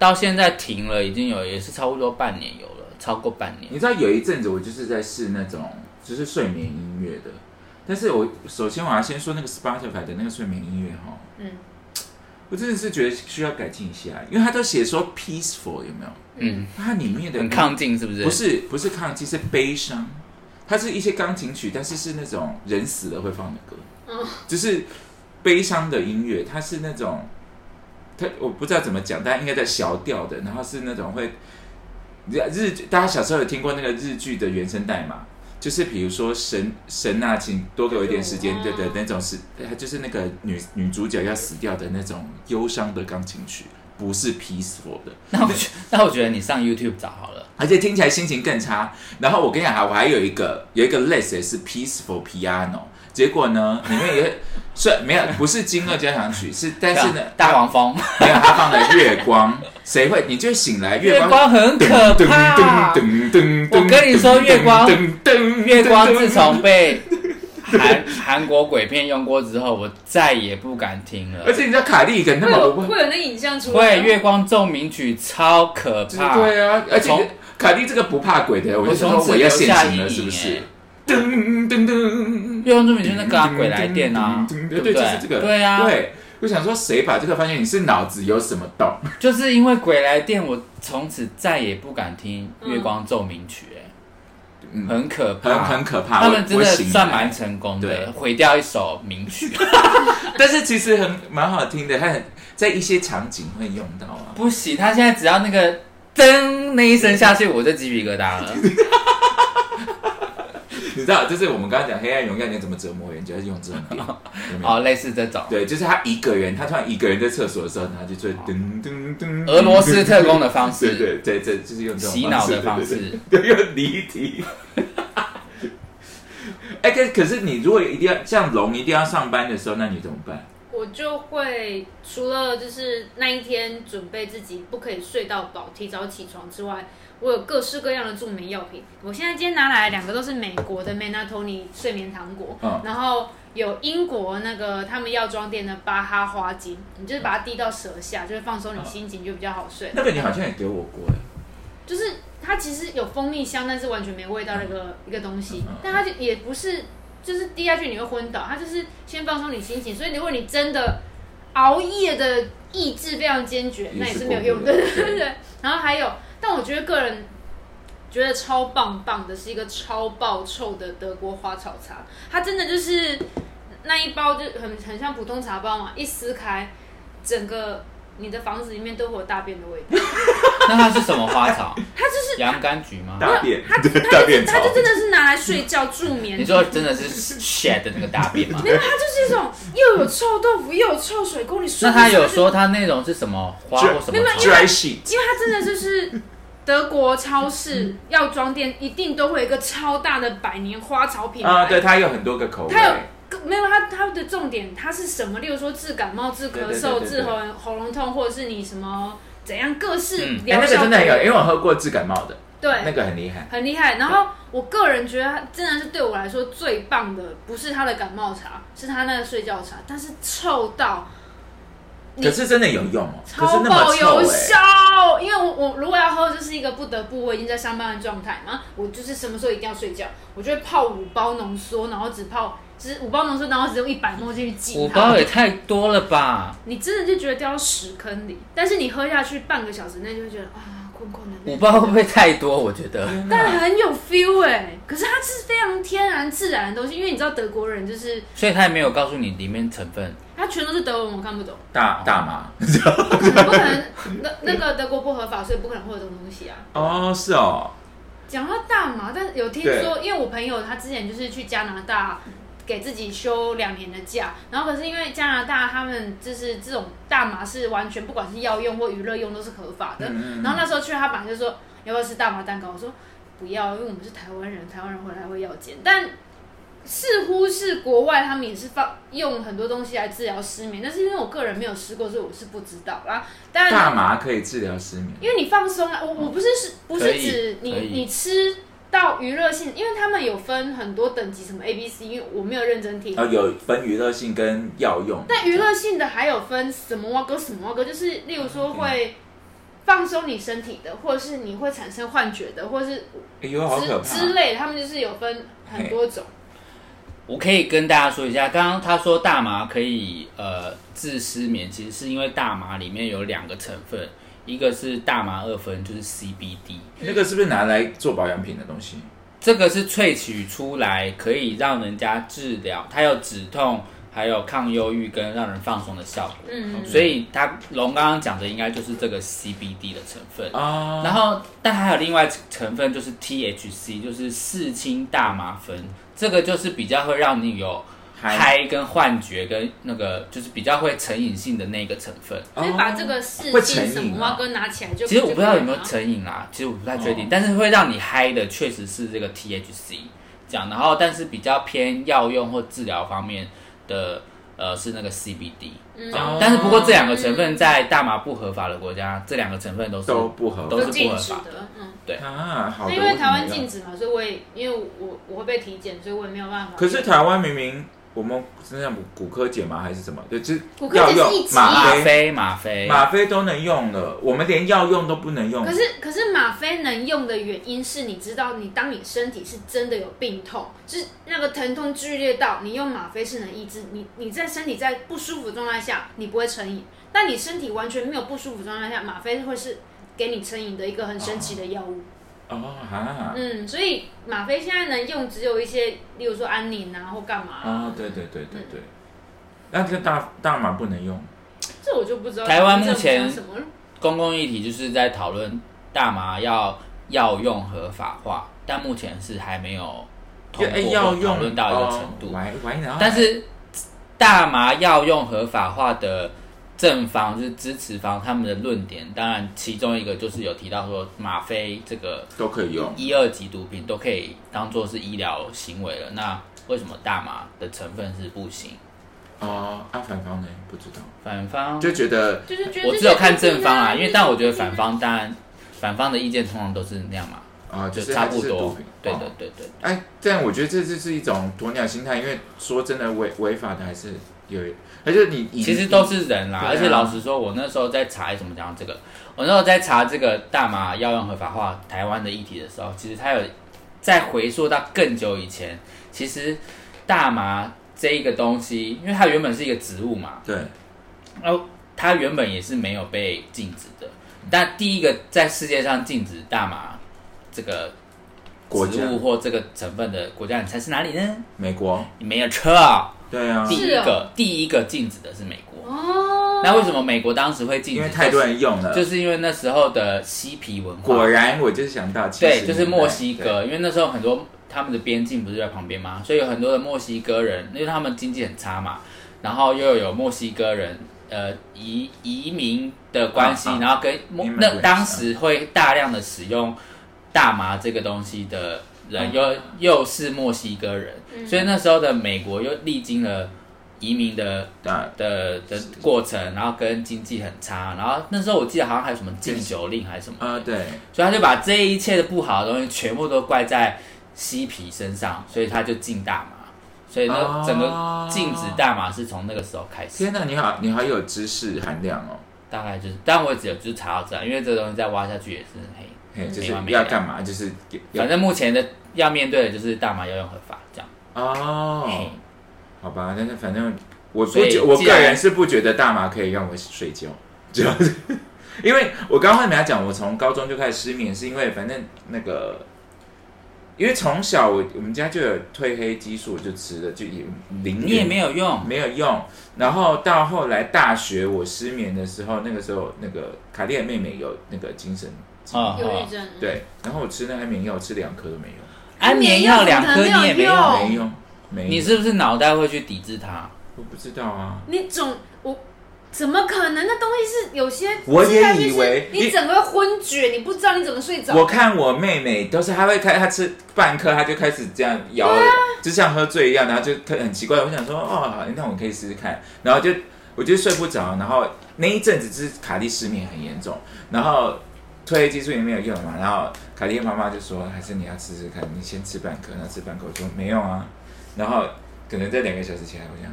到现在停了，已经有也是差不多半年有了，超过半年。你知道有一阵子我就是在试那种就是睡眠音乐的，但是我首先我要先说那个 Spotify 的那个睡眠音乐哈，嗯，我真的是觉得需要改进一下，因为它都写说 peaceful 有没有？嗯，它里面的很亢进是不是？不，是不是抗击，是悲伤。它是一些钢琴曲，但是是那种人死了会放的歌，嗯只是悲伤的音乐。它是那种，它我不知道怎么讲，但应该在小调的，然后是那种会日大家小时候有听过那个日剧的原声带嘛？就是比如说神神啊，请多给我一点时间，哦对的那种是，就是那个女女主角要死掉的那种忧伤的钢琴曲，不是 peaceful 的。那我觉那我觉得你上 YouTube 找好了。而且听起来心情更差。然后我跟你讲啊，我还有一个有一个 list 也是 peaceful piano，结果呢，里面也 是没有不是惊愕交响曲，是但是呢， 啊大黄蜂，没有他放的月光，谁会你就会醒来月月 光。光很可怕。噔噔我跟你说月光噔噔月光自从被韩 韩国鬼片用过之后，我再也不敢听了而。且你知道卡莉一个人那会么有不会有那影像出来会吗。月光奏鸣曲超可就是怕，对啊，而从且卡莉这个不怕鬼的，我就我从说此我要留现下形了，阴是不影是欸？噔噔噔。月光奏鸣曲那个、啊、鬼来电啊，对对不对，对？就是这个，对啊，对。我想说，谁把这个发现？你是脑子有什么洞？就是因为鬼来电，我从此再也不敢听月光奏鸣曲、哎、嗯很可很怕，很可怕。他我们真我的醒来算蛮成功对的，毁掉一首名曲。 但是其实很蛮好听的，它很在一些场景会用到 啊。不行，他现在只要那个噔那一声下去，我就鸡皮疙瘩 了。你知道，就是我们刚刚讲黑暗荣耀，你要怎么折磨人，就是用这种 点。有没有哦，类似这种。对，就是他一个人，他突然一个人在厕所的时候，然后就会噔噔噔。俄罗斯特工的方 式对对对对，就是用这种洗脑的方对对对式，有又离题。 哎、可可是你如果一定要像龙一定要上班的时候，那你怎么办？我就会除了就是那一天准备自己不可以睡到饱、提早起床之外，我有各式各样的助眠药品。我现在今天拿来两个都是美国的 Melatonin 睡眠糖果，嗯然后有英国那个他们药妆店的巴哈花精，你就是把它滴到舌下，就会放松你心情，就比较好睡。那个你好像也给我过哎、就是它其实有蜂蜜香，但是完全没味道的一个一个东西，但它就也不是就是滴下去你会昏倒，它就是先放松你心情。所以如果你真的熬夜的意志非常坚决，那也是没有用的，也是过不了对 对对。然后还有，但我觉得个人觉得超棒棒的是一个超爆臭的德国花草茶，它真的就是那一包就很很像普通茶包嘛，一撕开，整个你的房子里面都会有大便的味道。那它是什么花草？它就是洋甘菊 吗？大便他他大便他草就真的是拿来睡觉助眠。你说真的是 shit 的那个大 便吗？没有，他就是一种又有臭豆腐又有臭水沟，你睡那不下他去有说，他那种是什么花这或什没么有没有草？ dry sheet，因为他真的就是德国超市药妆店一定都会有一个超大的百年花草品牌。啊、对，它有很多个口味，哎它有没有它它的重点，它是什么？例如说治感冒、治咳对对对对嗽、对治喉喉咙痛，或者是你什么怎样各式嗯哎、疗那个效真都有。的很有，因为我喝过治感冒的，对，那个很厉害。很厉害。然后我个人觉得它真的是对我来说最棒的，不是它的感冒茶，是它那个睡觉茶，但是臭到你可是真的有用哦，可是超那么爆臭有哎、效，因为我我如果要喝，就是一个不得不我已经在上班的状态嘛，我就是什么时候一定要睡觉，我就会泡五包浓缩，然后只泡只五包浓缩，然后只用一百沫进去挤它。五包欸也太多了吧？你真的就觉得掉到屎坑里，但是你喝下去半个小时内就会觉得啊，困困的。五包会不会太多？我觉得但很有 feel 哎、可是它是非常天然自然的东西，因为你知道德国人就是所以他也没有告诉你里面成分。他全都是德文，我看不懂，大大麻不可能那那个德国不合法，所以不可能会有这种东西啊。哦，是哦，讲到大麻，但有听说，因为我朋友他之前就是去加拿大给自己休两年的假，然后可是因为加拿大他们就是这种大麻是完全不管是药用或娱乐用都是合法的，嗯嗯嗯然后那时候去他爸就说要不要吃大麻蛋糕，我说不要，因为我们是台湾人，台湾人回来会要钱，但。似乎是国外他们也是放用很多东西来治疗失眠，但是因为我个人没有吃过，所以我是不知道啦。但大麻可以治疗失眠，因为你放松了，啊我我不是是不可是以指你嗯可以你吃到娱乐性，因为他们有分很多等级，什么 A、B、C，因为我没有认真听。呃然后哦有分娱乐性跟药用，但娱乐性的还有分什么蛙哥什么蛙哥，就是例如说嗯会放松你身体的，或者是你会产生幻觉的，或者是哎呦好可之怕，之类，他们就是有分很多种。我可以跟大家说一下，刚刚他说大麻可以呃治失眠，其实是因为大麻里面有两个成分，一个是大麻二酚，就是 CBD，那个是不是拿来做保养品的东西？这个是萃取出来可以让人家治疗，它有止痛，还有抗忧郁跟让人放松的效果。嗯，所以它龙刚刚讲的应该就是这个 CBD 的成分。啊、然后，但还有另外成分就是 THC，就是四氢大麻酚，这个就是比较会让你有嗨嗨跟幻觉跟那个就是比较会成瘾性的那个成分。所以把这个四哦会成性什瘾么啊蛙哥拿起来就其实我不知道有没有就可以了成瘾啦，其实我不太确定，哦但是会让你嗨的确实是这个 THC 这样，然后但是比较偏药用或治疗方面的呃是那个 CBD 这样，哦但是不过这两个成分在大麻不合法的国家，这两个成分都是都不合都都是不禁合止法的，嗯。啊，好那的，因为台湾我怎么没有禁止嘛，所以我也因为我我会被体检，所以我也没有办法。可是台湾明明我们是那种骨科解吗？还是什么？对，就是骨科药解是用一级吗吗啡，啡吗啡吗啡都能用了，我们连药用都不能用。可是可是吗啡能用的原因是你知道，你当你身体是真的有病痛，就是那个疼痛剧烈到你用吗啡是能抑制你，你在身体在不舒服状态下你不会成瘾，但你身体完全没有不舒服状态下，吗啡会是给你成瘾的一个很神奇的药物。哦哈嗯，所以吗啡现在能用只有一些，例如说安宁啊或干嘛、嗯啊，对对对对对，嗯那这大大麻不能用，这我就不知道。台湾目前这不知道什么了公共议题就是在讨论大麻要药用合法化，但目前是还没有通就哎过药或讨用论到一个程度。哦喂喂然后但是大麻药用合法化的正方就是支持方，他们的论点，当然其中一个就是有提到说吗啡这个都可以用，一二级毒品都可以当做是医疗行为了，那为什么大麻的成分是不行？哦，啊反方呢不知道，反方就觉得就是觉得我这只有些看不行正方啊啦，因为但我觉得啊这些不行反方当然反方的意见通常都是那样嘛，啊就就是差还是不毒多品，对哦对对对。哎，但我觉得这就是一种鸵鸟心态，因为说真的违违法的还是有，而且你已其实都是人啦，对啊而且老实说，我那时候在查哎怎么讲到这个，我那时候在查这个大麻药用合法化台湾的议题的时候，其实它有再回溯到更久以前，其实大麻这一个东西，因为它原本是一个植物嘛，对哦然后它原本也是没有被禁止的。但第一个在世界上禁止大麻这个国植家物或这个成分的国家，你猜是哪里呢？美国没有错，对啊，第一是个、哦第一个禁止的是美国。哦，那为什么美国当时会禁止？因为太多人用了，就是因为那时候的嬉皮文化，果然我就是想到70年代，对，就是墨西哥，因为那时候很多他们的边境不是在旁边嘛，所以有很多的墨西哥人，因为他们经济很差嘛，然后又有墨西哥人呃移移民的关系，啊啊然后跟墨那 Immigrants，当时会大量的使用大麻这个东西的人，啊又又是墨西哥人，所以那时候的美国又历经了移民的对啊，的的过程，然后跟经济很差，然后那时候我记得好像还有什么禁酒令还是什么，啊对，所以他就把这一切的不好的东西全部都怪在嬉皮身上，所以他就禁大麻。所以那哦整个禁止大麻是从那个时候开始，天哪，你好，你好有知识含量哦。大概就是，但我只有就是查到这样，因为这东西再挖下去也是很黑。嘿，就是没完没要了干嘛？就是给反正目前的要面对的就是大麻要用合法这样。哦嘿，好吧，但是反正我不所以觉，我既个然人是不觉得大麻可以让我睡觉，主要是因为我刚刚跟大家讲，我从高中就开始失眠，是因为反正那个，因为从小我我们家就有褪黑激素，我就吃了，就也零你也没有有用，哦没有用。然后到后来大学我失眠的时候，那个时候那个卡莉的妹妹有那个精神疾嗯忧郁症，对，然后我吃那个安眠药，我吃两颗都没用。安眠药两颗你也安眠没药用，哦没用，没用你是不是脑袋会去抵制它？我不知道啊。你总我怎么可能？那东西是有些我也吃下去以为是你整个昏厥，你不知道你怎么睡着。我看我妹妹都是，她会开，她吃半颗，她就开始这样摇，就像喝醉一样，然后就特很奇怪。我想说，哦，那我可以试试看，然后就我就睡不着，然后那一阵子就是卡莉失眠很严重，然后褪黑激素也没有用嘛，然后卡莉的妈妈就说，还是你要试试看，你先吃半颗，然后吃半颗，我说没用啊，然后可能在两个小时起来，我想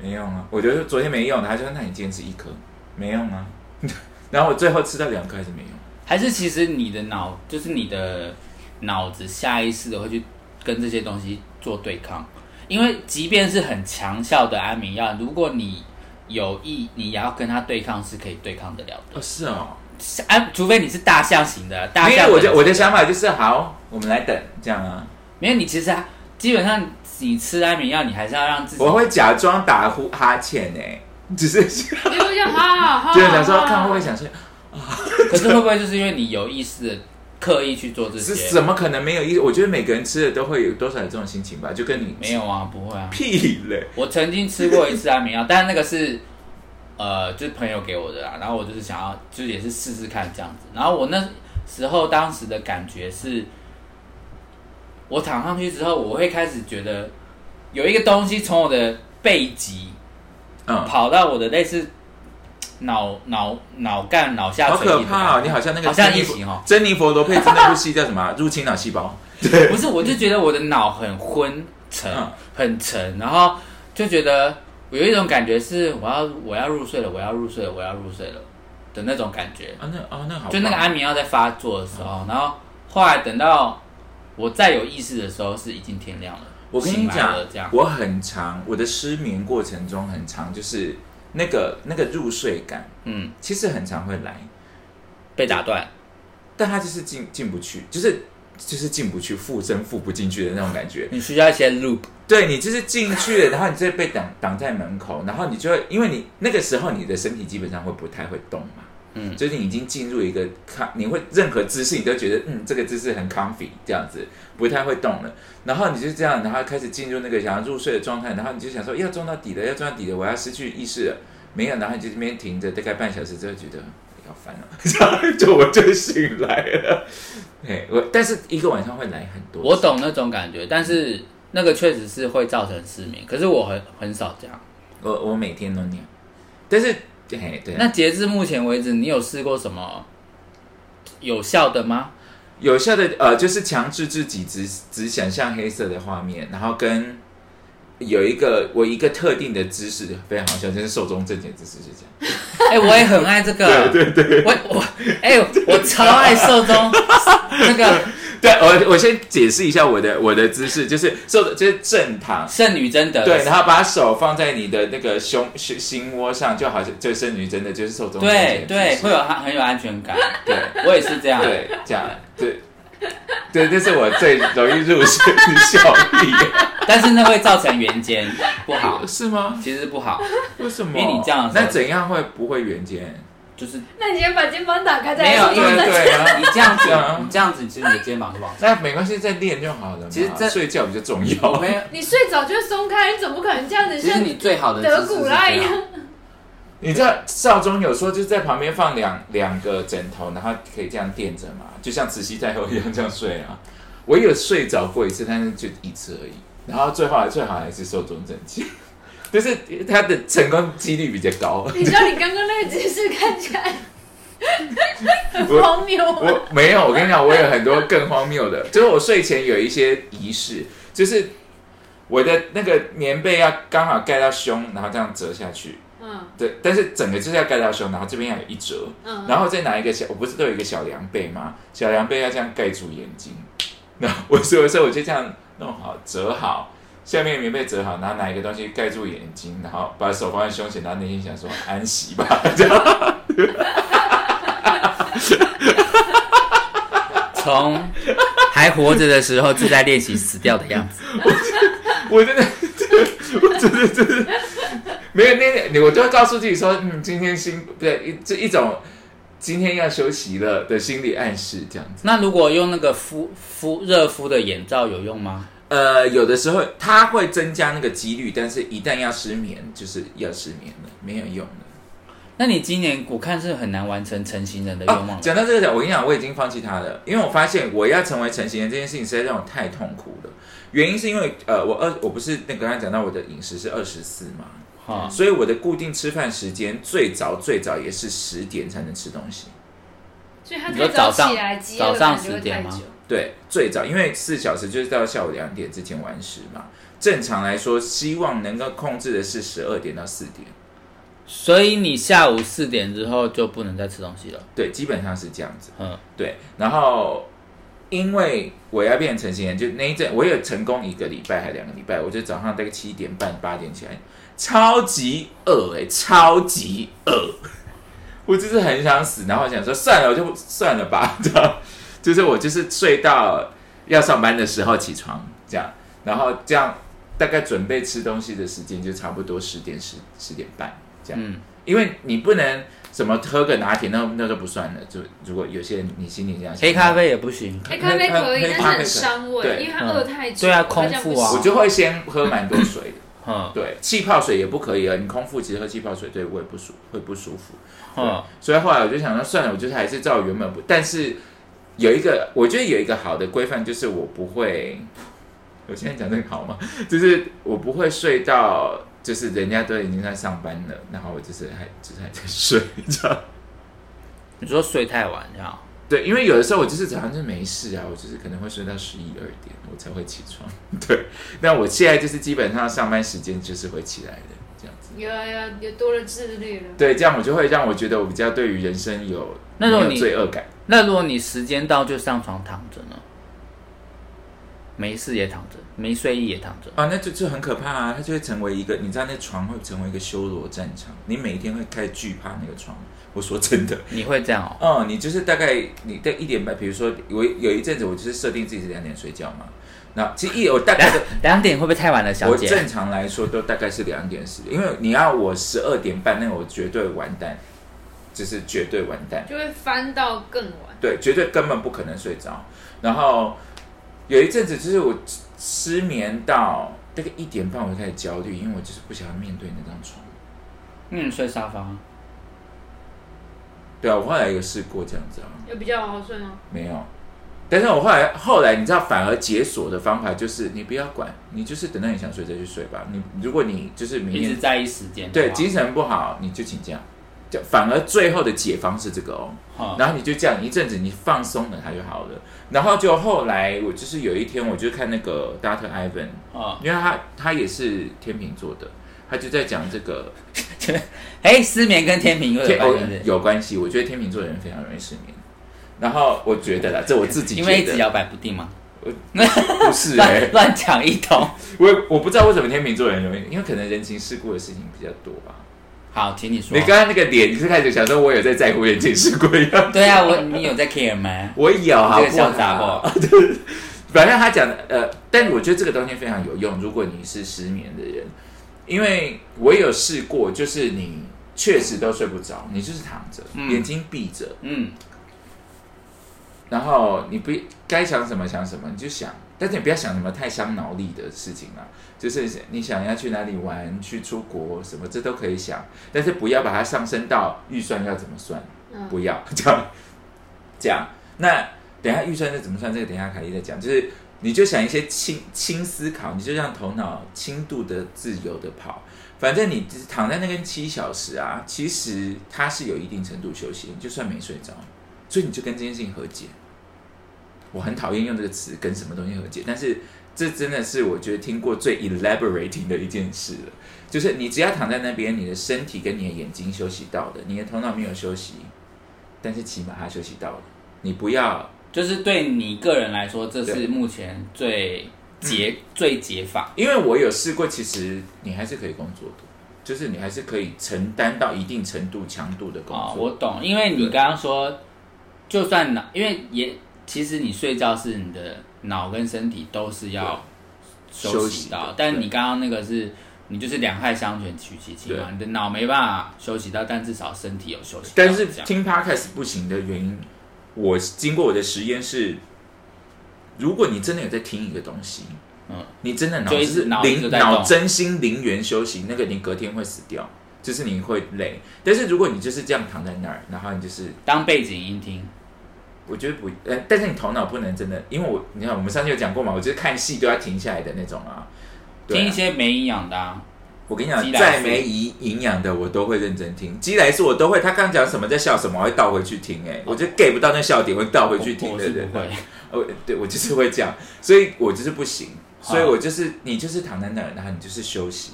没用啊，我觉得昨天没用，她就说那你今天吃一颗，没用啊， 然后我最后吃到两颗还是没用。还是其实你的脑就是你的脑子下意识的会去跟这些东西做对抗，因为即便是很强效的安眠药，如果你有意你也要跟它对抗，是可以对抗得了哦，的。是哦，安、除非你是大象型的，大因象为我的我的等级想法就是，好，我们来等这样啊。没有你其实啊基本上你吃安眠药，你还是要让自己我会假装打呼哈欠呢、欸 只是就你就想好好好，是想说好看会不会想哦睡，可是会不会就是因为你有意识的刻意去做这是些？怎么可能没有意思？我觉得每个人吃的都会有多少有这种心情吧，就跟你没有啊，不会啊。屁嘞。我曾经吃过一次安眠药，但那个是呃，就是朋友给我的啦。然后我就是想要，就是也是试试看这样子。然后我那时候当时的感觉是，我躺上去之后，我会开始觉得有一个东西从我的背脊嗯，跑到我的类似脑脑脑干脑下好垂一可的怕哦！感你觉好像那个好像珍妮一起哦珍妮佛罗佩兹那部戏叫什么啊、入侵脑细胞。 不是，我就觉得我的脑很昏沉嗯，很沉，然后就觉得我有一种感觉是我要我要入睡了，我要入睡了，我要入睡了的那种感觉。啊，那哦，那好棒，就那个安眠药在发作的时候，然后后来等到我再有意识的时候，是已经天亮了。我跟你醒来讲了这样，我很长，我的失眠过程中很长，就是那个那个入睡感，嗯，其实很常会来。被打断，但他就是进进不去，就是就是进不去，附身附不进去的那种感觉。你需要一些 loop，对你就是进去了，然后你就被挡挡在门口，然后你就会因为你那个时候你的身体基本上会不太会动嘛，嗯就是你已经进入一个康，你会任何姿势你都觉得嗯这个姿势很 comfy 这样子，不太会动了，然后你就这样，然后开始进入那个想要入睡的状态，然后你就想说要撞到底了，要撞到底了，我要失去意识了，没有，然后你就这边停着大概半小时之后觉得要烦了，然后就我就醒来了，哎我但是一个晚上会来很多，我懂那种感觉，但是那个确实是会造成失眠。可是我很很少这样。我我每天都那样，但是嘿对啊，那截至目前为止，你有试过什么有效的吗？有效的呃，就是强制自己只只想象黑色的画面，然后跟有一个我一个特定的姿势非常好笑，就是寿终正寝姿势就这样。 哎、我也很爱这 个，对对对，我我哎、我超爱寿终 那个对，我我先解释一下我的我的姿势，就是寿就是正躺，圣女贞德，对，然后把手放在你的那个胸胸心窝上，就好像就剩女真的就是寿终正对寝的对，姿势会有很很有安全感。对我也是这样，对这样对对，这是我最容易入睡的效力，但是那会造成圆肩不好，是吗？其实不好，为什么？因为你这样的时候那怎样会不会圆肩？就是那你先把肩膀打开再没有，来因说为这个对啊你这样子对啊，你这样子，其实你的肩膀是往上。那没关系，再练就好了嘛。其实这睡觉比较重我要。没有，你睡着就松开，你总不可能这样子其实像你最好的德姿势古是拉这一样样。你知道少中有说，就是在旁边放两两个枕头，然后可以这样垫着嘛，就像慈禧太后一样这样睡啊。我有睡着过一次，但是就一次而已。然后最后最好还是寿终正寝， 就是他的成功几率比较高。你知道你刚刚那个姿势看起来很我荒谬 啊，我没有，我跟你讲，我有很多更荒谬的，就是我睡前有一些仪式，就是我的那个棉被要刚好盖到胸，然后这样折下去。嗯对，但是整个就是要盖到胸，然后这边要有一折，嗯，然后再拿一个小，我不是都有一个小凉被吗？小凉被要这样盖住眼睛。那我所以说我就这样弄好折好，下面棉被折好，然后拿一个东西盖住眼睛，然后把手放在胸前，然后内心想说安息吧， 这样从还活着的时候就在练习死掉的样子。我真的， 我真的真的没有那天，我就会告诉自己说，嗯，今天心不对，一这一种今天要休息了的心理暗示，这样子。那如果用那个敷敷热敷的眼罩有用吗？呃，有的时候它会增加那个几率，但是一旦要失眠，就是要失眠了，没有用了。那你今年我看是很难完成成型人的愿望哦了、讲到这个点，我跟你讲，我已经放弃它了，因为我发现我要成为成型人这件事情实在让我太痛苦了。原因是因为呃，我二我不是那个刚才讲到我的饮食是二十四嘛，好、所以我的固定吃饭时间最早最早也是十点才能吃东西。所以他你太说早早上起来，饥早饿上感觉10会点太吗久。对，最早因为四小时就是到下午两点之前完食嘛。正常来说，希望能够控制的是十二点到四点。所以你下午四点之后就不能再吃东西了。对，基本上是这样子。嗯，对，然后因为我要变成型人，就那一阵我有成功一个礼拜还两个礼拜，我就早上大概七点半八点起来，超级饿哎、超级饿，我就是很想死，然后我想说算了，我就算了吧，这样，就是我就是睡到要上班的时候起床这样，然后这样大概准备吃东西的时间就差不多十点十十点半这样，嗯因为你不能什么喝个拿铁，那那都不算了。就如果有些人你心里这样想，黑咖，啡也不行。哎，咖啡可以，黑但咖啡是很伤对胃，因为他嗯饿太久。对啊他这样空不腹啊行我就会先喝蛮多水的。嗯对，气泡水也不可以啊，你空腹其实喝气泡水对胃不舒会不舒服。嗯，所以后来我就想说，算了，我就是还是照原本不，但是有一个我觉得有一个好的规范就是我不会，我现在讲这个好吗？ 就是我不会睡到。就是人家都已经在上班了，然后我就是还就是还在睡，这样。你说睡太晚这样，对，因为有的时候我就是早上就没事啊，我就是可能会睡到十一二点，我才会起床。对，那我现在就是基本上上班时间就是会起来的这样子。有有有多了自律了。对，这样我就会让我觉得我比较对于人生有那如果没有你罪恶感。那如果你时间到就上床躺着呢？没事也躺着，没睡意也躺着。啊，那就就很可怕啊！它就会成为一个，你知道那床会成为一个修罗战场，你每天会开始惧怕那个床。我说真的，你会这样哦？哦，你就是大概你在一点半，比如说我有一阵子我就是设定自己是两点睡觉嘛，那其实一我大概两的。两点会不会太晚了，小我姐正？常来说都大概是两点十，因为你要我十二点半，那我绝对完蛋，就是绝对完蛋，就会翻到更晚。对，绝对根本不可能睡着。然后有一阵子就是我失眠到大概一点半，我就开始焦虑，因为我就是不想要面对那张床。那你睡沙发？对啊，我后来有试过这样子啊，有比较哦好睡吗？没有。但是我后来后来你知道，反而解锁的方法就是你不要管，你就是等到你想睡再去睡吧。你如果你就是明一直天在意时间的对，话。精神不好你就请假，就反而最后的解方是这个哦。嗯然后你就这样一阵子，你放松了它就好了。然后就后来我就是有一天，我就看那个 Doctor Ivan，嗯因为他他也是天秤座的，他就在讲这个 哎、失眠跟天平又有天关哦系是不是，有关系。我觉得天秤座的人非常容易失眠。然后我觉 得啦，这我自己因为一觉直得摇摆不定嘛，不是哎、乱乱讲一通。我也我不知道为什么天秤座人容易，因为可能人情世故的事情比较多吧。好，请你说你。刚刚那个脸，你是开始想说我有在在乎人情世故一样。 对啊，我你有在 care 吗？我有，好这不个小杂好？货， 反正他讲的，呃，但我觉得这个东西非常有用。如果你是失眠的人，因为我有试过，就是你确实都睡不着，你就是躺着，嗯眼睛闭着，嗯，然后你不该想什么想什么，你就想，但是你不要想什么太伤脑力的事情啊。就是你想要去哪里玩、去出国什么，这都可以想，但是不要把它上升到预算要怎么算。嗯，不要 这样，这样。那等一下预算是怎么算？这个等一下凯莉再讲。就是你就想一些轻轻思考，你就让头脑轻度的自由的跑。反正你只躺在那边七小时啊，其实它是有一定程度休息，你就算没睡着，所以你就跟这件事情和解。我很讨厌用这个词跟什么东西和解，但是这真的是我觉得听过最 elaborating 的一件事了。就是你只要躺在那边，你的身体跟你的眼睛休息到的，你的头脑没有休息，但是起码它休息到了。你不要就是对你个人来说，这是目前最解、嗯最解法。因为我有试过，其实你还是可以工作的，就是你还是可以承担到一定程度强度的工哦，作。我懂，因为你刚刚说，就算脑，因为也其实你睡觉是你的脑跟身体都是要休休息息的到对，但你刚刚那个是你就是两害相权取其轻嘛，对你的脑没办法休息到，但至少身体有休息到。但是这样听 podcast 不行的原因，我经过我的实验是，如果你真的有在听一个东西，嗯，你真的脑就一直子脑一直零在动脑真心零元休息，那个你隔天会死掉，就是你会累。但是如果你就是这样躺在那儿，然后你就是当背景音听，我觉得不，呃，但是你头脑不能真的，因为我你看我们上次有讲过嘛，我就是看戏都要停下来的那种啊。对啊听一些没营养的、啊，我跟你讲鸡，来素再没营营养的我都会认真听，鸡来素我都会，他刚讲什么在笑什么，我会倒回去听、哎，我就 get 不到那笑点，会倒回去听哦我的是人不。会。啊我对我就是会这样，所以我就是不行，好所以我就是你就是躺在那儿，然后你就是休息，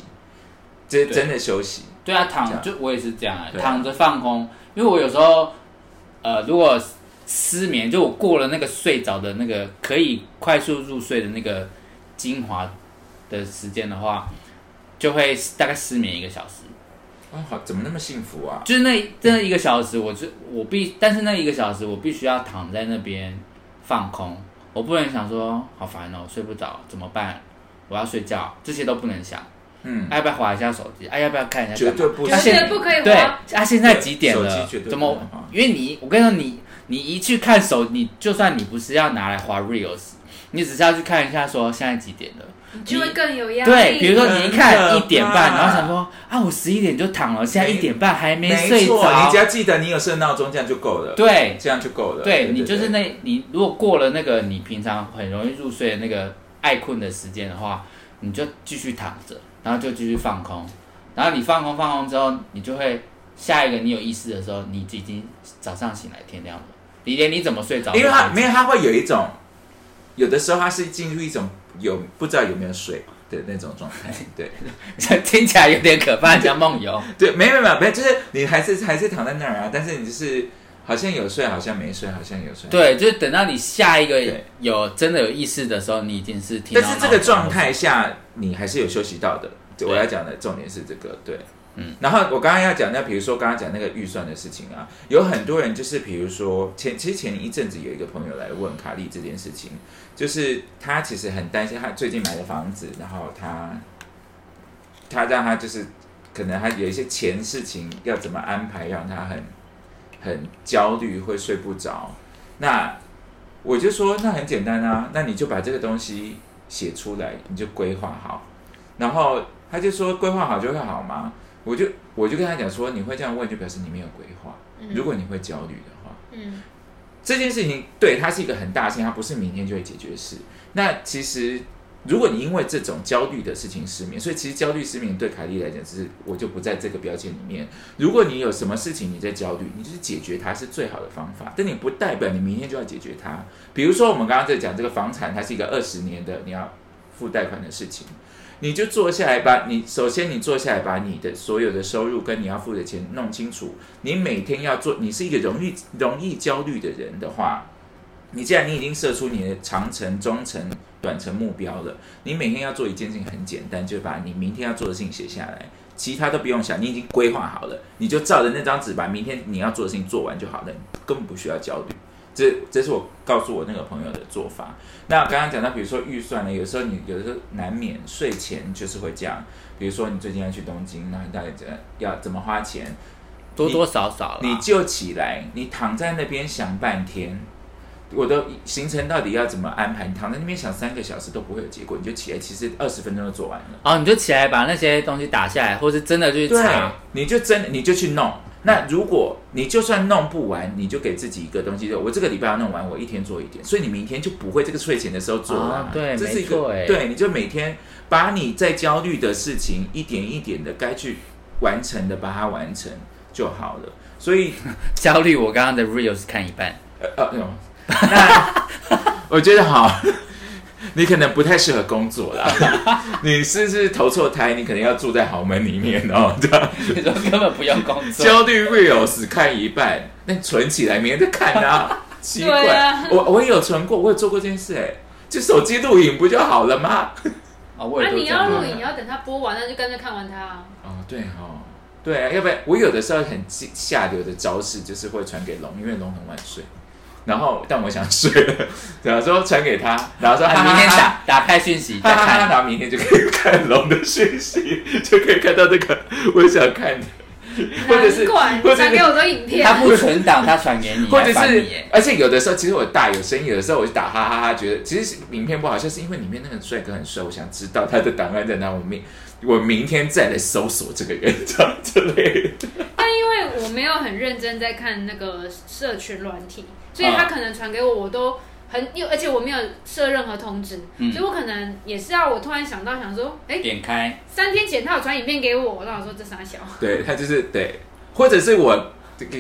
这对真的休息。对啊，这躺样就我也是这样、啊，对啊躺着放空。因为我有时候，呃，如果失眠，就我过了那个睡着的那个可以快速入睡的那个精华的时间的话，就会大概失眠一个小时。哦，好，怎么那么幸福啊？就是那真的一个小时，我就我必，但是那一个小时我必须要躺在那边放空，我不能想说好烦哦，睡不着怎么办？我要睡觉，这些都不能想。嗯，哎要不要划一下手机？哎、要不要看一下干绝嘛？对不绝他现在对行。不可以对，花。啊，现在几点手机了绝？对怎不么能滑？因为你，我跟你说，你你一去看手，你就算你不是要拿来滑 reels，你只是要去看一下说现在几点了。你就会更有压力。对，比如说你一看一很可怕点半，然后想说啊，我十一点就躺了，现在没一点半还没没睡错，你着只。要记得你有设闹钟，这样就够了。，对，这样就够了。对你就是那，你如果过了那个你平常很容易入睡的那个爱困的时间的话，你就继续躺着，然后就继续放空，然后你放空放空之后，你就会下一个你有意识的时候，你已经早上醒来天亮了，你连你怎么睡着都因不知为道，它没有，它会有一种，有的时候它是进入一种有不知道有没有水的那种状 态。对听起来有点可怕，像 梦游。对，没有没有没有，就是你还是还是躺在那儿啊，但是你就是好像有睡，好像没睡，好像有睡。，对，就是等到你下一个对有真的有意识的时候，你已经是听但到是闹这个钟状了态下，你还是有休息到的。对我要讲的重点是这个，对，嗯。然后我刚刚要讲那，比如说刚刚讲那个预算的事情啊，有很多人就是，比如说前其实前一阵子有一个朋友来问卡莉这件事情，就是他其实很担心，他最近买的房子，然后他他让他就是可能他有一些钱事情要怎么安排，让他很很焦虑，会睡不着。那我就说，那很简单啊，那你就把这个东西写出来，你就规划好。然后他就说，规划好就会好吗？我就我就跟他讲说，你会这样问，就表示你没有规划。嗯如果你会焦虑的话，嗯，这件事情对它是一个很大的事情，它不是明天就会解决的事。那其实，如果你因为这种焦虑的事情失眠，所以其实焦虑失眠对凯莉来讲，只是我就不在这个标签里面。如果你有什么事情你在焦虑，你就是解决它是最好的方法，但你不代表你明天就要解决它。比如说我们刚刚在讲这个房产，它是一个二十年的你要付贷款的事情。你就坐下来把你首先你坐下来把你的所有的收入跟你要付的钱弄清楚，你每天要做，你是一个容易容易焦虑的人的话，你既然你已经设出你的长程、中程、短程目标了，你每天要做一件事情很简单，就是把你明天要做的事情写下来，其他都不用想，你已经规划好了，你就照着那张纸把明天你要做的事情做完就好了，你根本不需要焦虑。这这是我告诉我那个朋友的做法。那刚刚讲到，比如说预算呢，有时候你有时候难免睡前就是会这样，比如说你最近要去东京，那你大概怎样要怎么花钱，多多少少了。你就起来，你躺在那边想半天，我的行程到底要怎么安排？你躺在那边想三个小时都不会有结果，你就起来，其实二十分钟就做完了。哦，你就起来把那些东西打下来，或是真的去啊查。，你就真你就去弄。那如果你就算弄不完，你就给自己一个东西，就我这个礼拜要弄完，我一天做一点，所以你明天就不会这个睡前的时候做了、啊对这是一没个错欸对，你就每天把你在焦虑的事情一点一点的该去完成的，把它完成就好了。所以呃焦虑，我刚刚的 reels 看一半。呃，呃，那我觉得好， 你可能不太适合工作啦， 你是不是投错胎？你可能要住在豪门里面哦，这样 你说根本不用工 作，焦虑 real 只看一半，那你存起来明天再看 啊。奇怪，对啊我我也有存过，我有做过这件事哎、就手机录影不就好了 吗？啊，我啊，也都你这样要录影，你要等它播完，那就跟着看完它啊。哦，对哦，对啊，要不然我有的时候很下流的招式就是会传给龙，因为龙很晚睡，然后但我想睡了，然后说传 给他，然后说、啊，哈明天哈哈打打开讯息哈再哈哈，看。然后明天就可以看龙的讯息，就可以看到这个我想看的，或者是难怪或者传给是我的影片，他不存档，他传 给你，或者还翻是你耶，而且有的时候其实我大有声音，有的时候我就打哈哈哈，觉得其实影片不好笑，是因为里面那个帅哥很帅，我想知道他的档案在哪，我明我明天再来搜索这个人，这样之类的。 但因为我没有很认真在看那个社群软体，所以他可能传给我，我都很，因为而且我没有设任何通知，嗯所以我可能也是要我突然想到想说，哎、点开三天前他有传影片给我，那我说这傻小，对他就是对，或者是我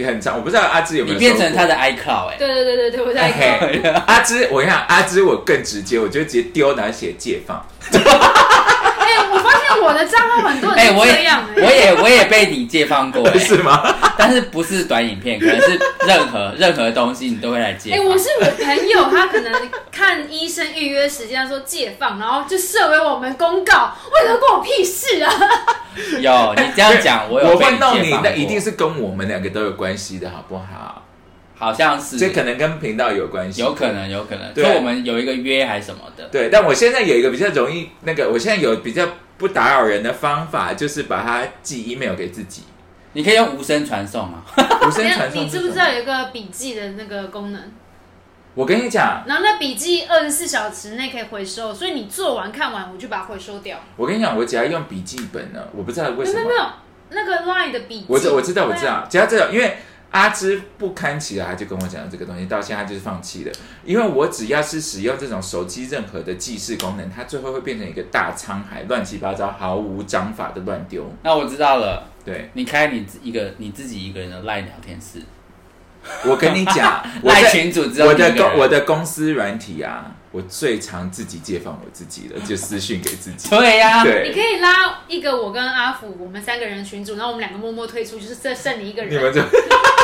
很长，我不知道阿芝有没你有变收成过他的 iCloud 哎，对对对对对，我在看，嘿阿芝，我跟你讲，阿芝我更直接，我就直接丢，然后写解放。哎、我发现我的账号很多人哎，都我这也样、哎、我也我也被你借放过 哎，是吗？但是不是短影片，可能是任 何任何东西你都会来借哎、放。我是我朋友，他可能看医生预约时间，他说解放，然后就设为我们公告，为什么关我屁事啊？有你这样讲，我有被问到借你，放那一定过，是跟我们两个都有关系的，好不好？好像是这可能跟频道有关系，有可。能有可能，对就我们有一个约还是什么的，对，但我现在有一个比较容易，那个我现在有比较不打扰人的方法，就是把它寄 email 给自己，你可以用无声传送啊，无声传送。哦 你知不知道？有一个笔记的那个功能？我跟你讲，然后那笔记二十四小时内可以回收，所以你做完看完，我就把它回收掉。我跟你讲，我只要用笔记本呢，我不知道为没有什没么有没。有，那个 Line 的笔记，我知我知道我知对啊。道，只要这个，因为阿芝不堪其扰，他就跟我讲这个东西，到现在他就是放弃了。因为我只要是使用这种手机任何的记事功能，它最后会变成一个大沧海，乱七八糟，毫无章法的乱丢。那我知道了，对你开你自一个你自己一个人的赖聊天室，我跟你 讲，我赖在群主之后，我的公我的的公司软体啊，我最常自己借放我自己的，就私讯给 自己。对呀，啊你对可，以拉一个我跟阿福，我们三个人群组，然后我们两个默默退出，就是剩剩你一个人。你们就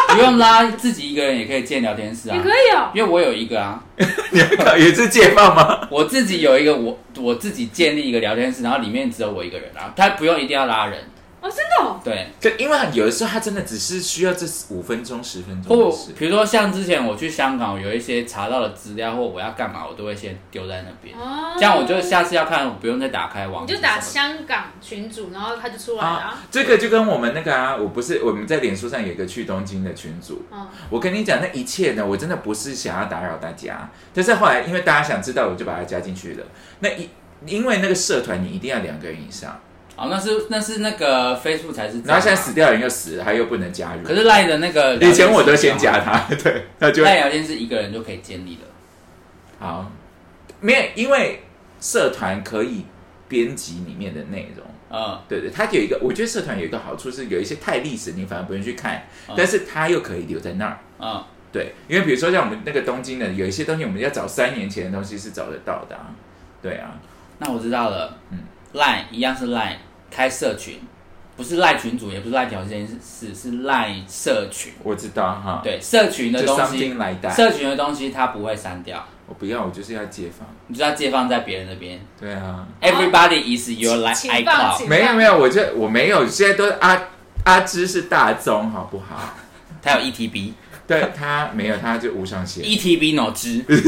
不用啦，自己一个人也可以建聊天室啊也可，以哦、因为我有一个啊，你们搞也是借放吗？我自己有一个我我自己建立一个聊天室，然后里面只有我一个人啊，他不用一定要拉人，哦，真的、哦。对，可因为有的时候它真的只是需要这五分钟十分钟或的事。比如说像之前我去香港，有一些查到的资料或我要干嘛，我都会先丢在那边，哦，这样我就下次要看，我不用再打开网你址就什么的，打香港群组，然后他就哦出来了、啊啊。，这个就跟我们那个啊，我不是我们在脸书上有一个去东京的群组，啊嗯，我跟你讲，那一切呢，我真的不是想要打扰大家，但是后来因为大家想知道，我就把它加进去了。那一因为那个社团你一定要两个人以上，哦，那是那是那个 Facebook 才是这样啊，然后现在死掉人又死了，他又不能加入可。是赖的那个聊天以室前我都先加他， 对，他就赖聊天室一个人就可以建立了。好，没有，因为社团可以编辑里面的内容。嗯，对对，它有一个，我觉得社团有一个好处是，有一些太历史你反而不用去看，嗯但是它又可以留在那儿。嗯，对，因为比如说像我们那个东京的，有一些东西我们要找三年前的东西是找得到的、啊。对啊，那我知道了。嗯嗯，赖一样是赖开社群，不是赖群主，也不是赖条件是是赖社群。我知道哈。，对，社群的就东 something 西，来带。社群的东西它不会删掉，我不要，我就是要解放。你就要借放在别人那边。对啊， Everybody is your 请 like 放请 icon，没有没有，我这我没有，现在都是阿阿芝是大宗，好不好？它有 E ETB，ETB 对他没有，他就无上限。脑汁。嗯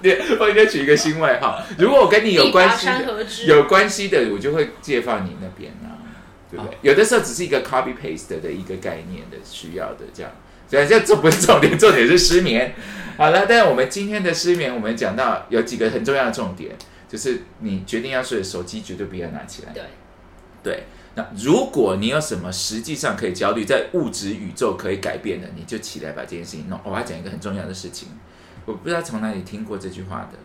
对，我应该取一个新外号。如果我跟你有一拔关系山的，河之。有关系的，我就会借放你那边啊，对不哦对？有的时候只是一个 copy paste 的一个概念的需要的这样。对，这这不是重点，重点是失眠。好了，但我们今天的失眠，我们讲到有几个很重要的重点，就是你决定要睡，手机绝对不要拿起来。对，对，那如果你有什么实际上可以焦虑，在物质宇宙可以改变的，你就起来把这件事情弄。我要讲一个很重要的事情，我不知道从哪里听过这句话的，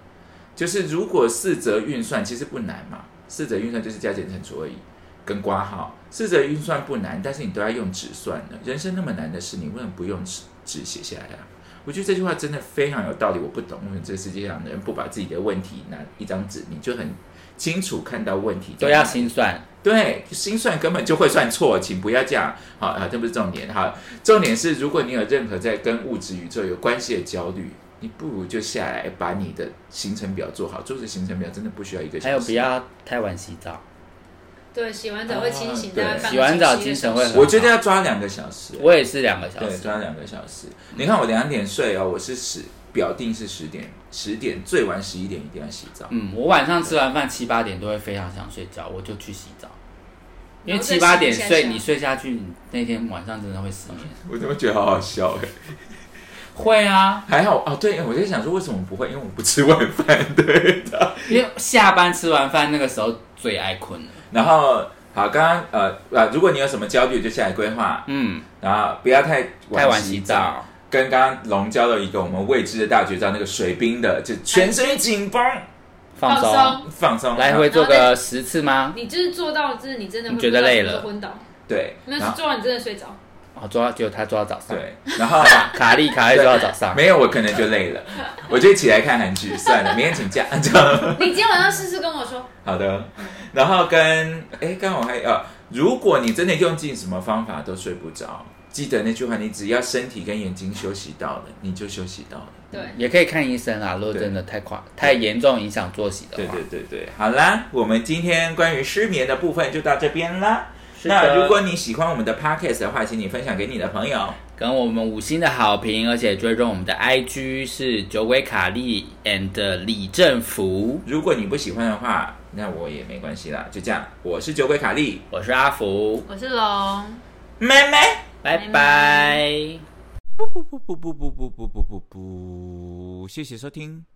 就是如果四则运算其实不难嘛，四则运算就是加减乘除而已，跟括号。四则运算不难，但是你都要用纸算的。人生那么难的事，你为什么不用纸纸写下来啊？我觉得这句话真的非常有道理。我不懂为什么这世界上的人不把自己的问题拿一张纸，你就很清楚看到问题在都哪要里心算。对，心算根本就会算错，请不要这样。好啊，这不是重点哈，重点是如果你有任何在跟物质宇宙有关系的焦虑，你不如就下来把你的行程表做好。做这行程表真的不需要一个小时。还有不要太晚洗澡，对，洗完澡会清醒，啊大概对半个洗完澡小时精神会很我觉得要抓两个小时。我也是两个小对，时。抓两个小时。你看我两点睡哦，我是十表定是十点，十点最晚十一点一定要洗澡。嗯，我晚上吃完饭七八点都会非常想睡觉，我就去洗澡，因为然后再七八点洗一下睡，下你睡下去，你那天晚上真的会失眠。我怎么觉得好好笑哎？会啊，还好哦，对，我在想说为什么不会，因为我不吃晚饭，对的。因为下班吃完饭那个时候最爱困了。然后好，刚刚呃呃，如果你有什么焦虑，就下来规划，嗯，然后不要太太晚洗洗。澡，跟刚刚龙教了一个我们未知的大绝招，那个水冰的，就全身紧绷，放松，松。放松来回做个十次吗？你就是做到，就是你真的会你觉得累了不知道啊怎么昏倒，对，没然有是后做到你真的睡着。哦，做到只有他做到早上，对，然后 卡利卡利做到早上。没有我可能就累了，我就起来看韩剧算了，明天请假这样。 你今天晚上试试跟我说，好的，然后跟哎，刚刚我还呃，如果你真的用尽什么方法都睡不着，记得那句话，你只要身体跟眼睛休息到了，你就休息到了。对，也可以看医生啊啦，如果对真的太夸太严重影响作息的对话。对对对，好啦，我们今天关于失眠的部分就到这边啦。是的那如果你喜欢我们的 podcast 的话，请你分享给你的朋友。跟我们五星的好评，而且追踪我们的 IG 是酒鬼卡利 and 李正福，如果你不喜欢的话，那我也没关系啦，就这样。我是酒鬼卡莉，我是阿福，我是龙。妹妹。拜拜拜拜不不不不不不不不不不不，谢谢收听。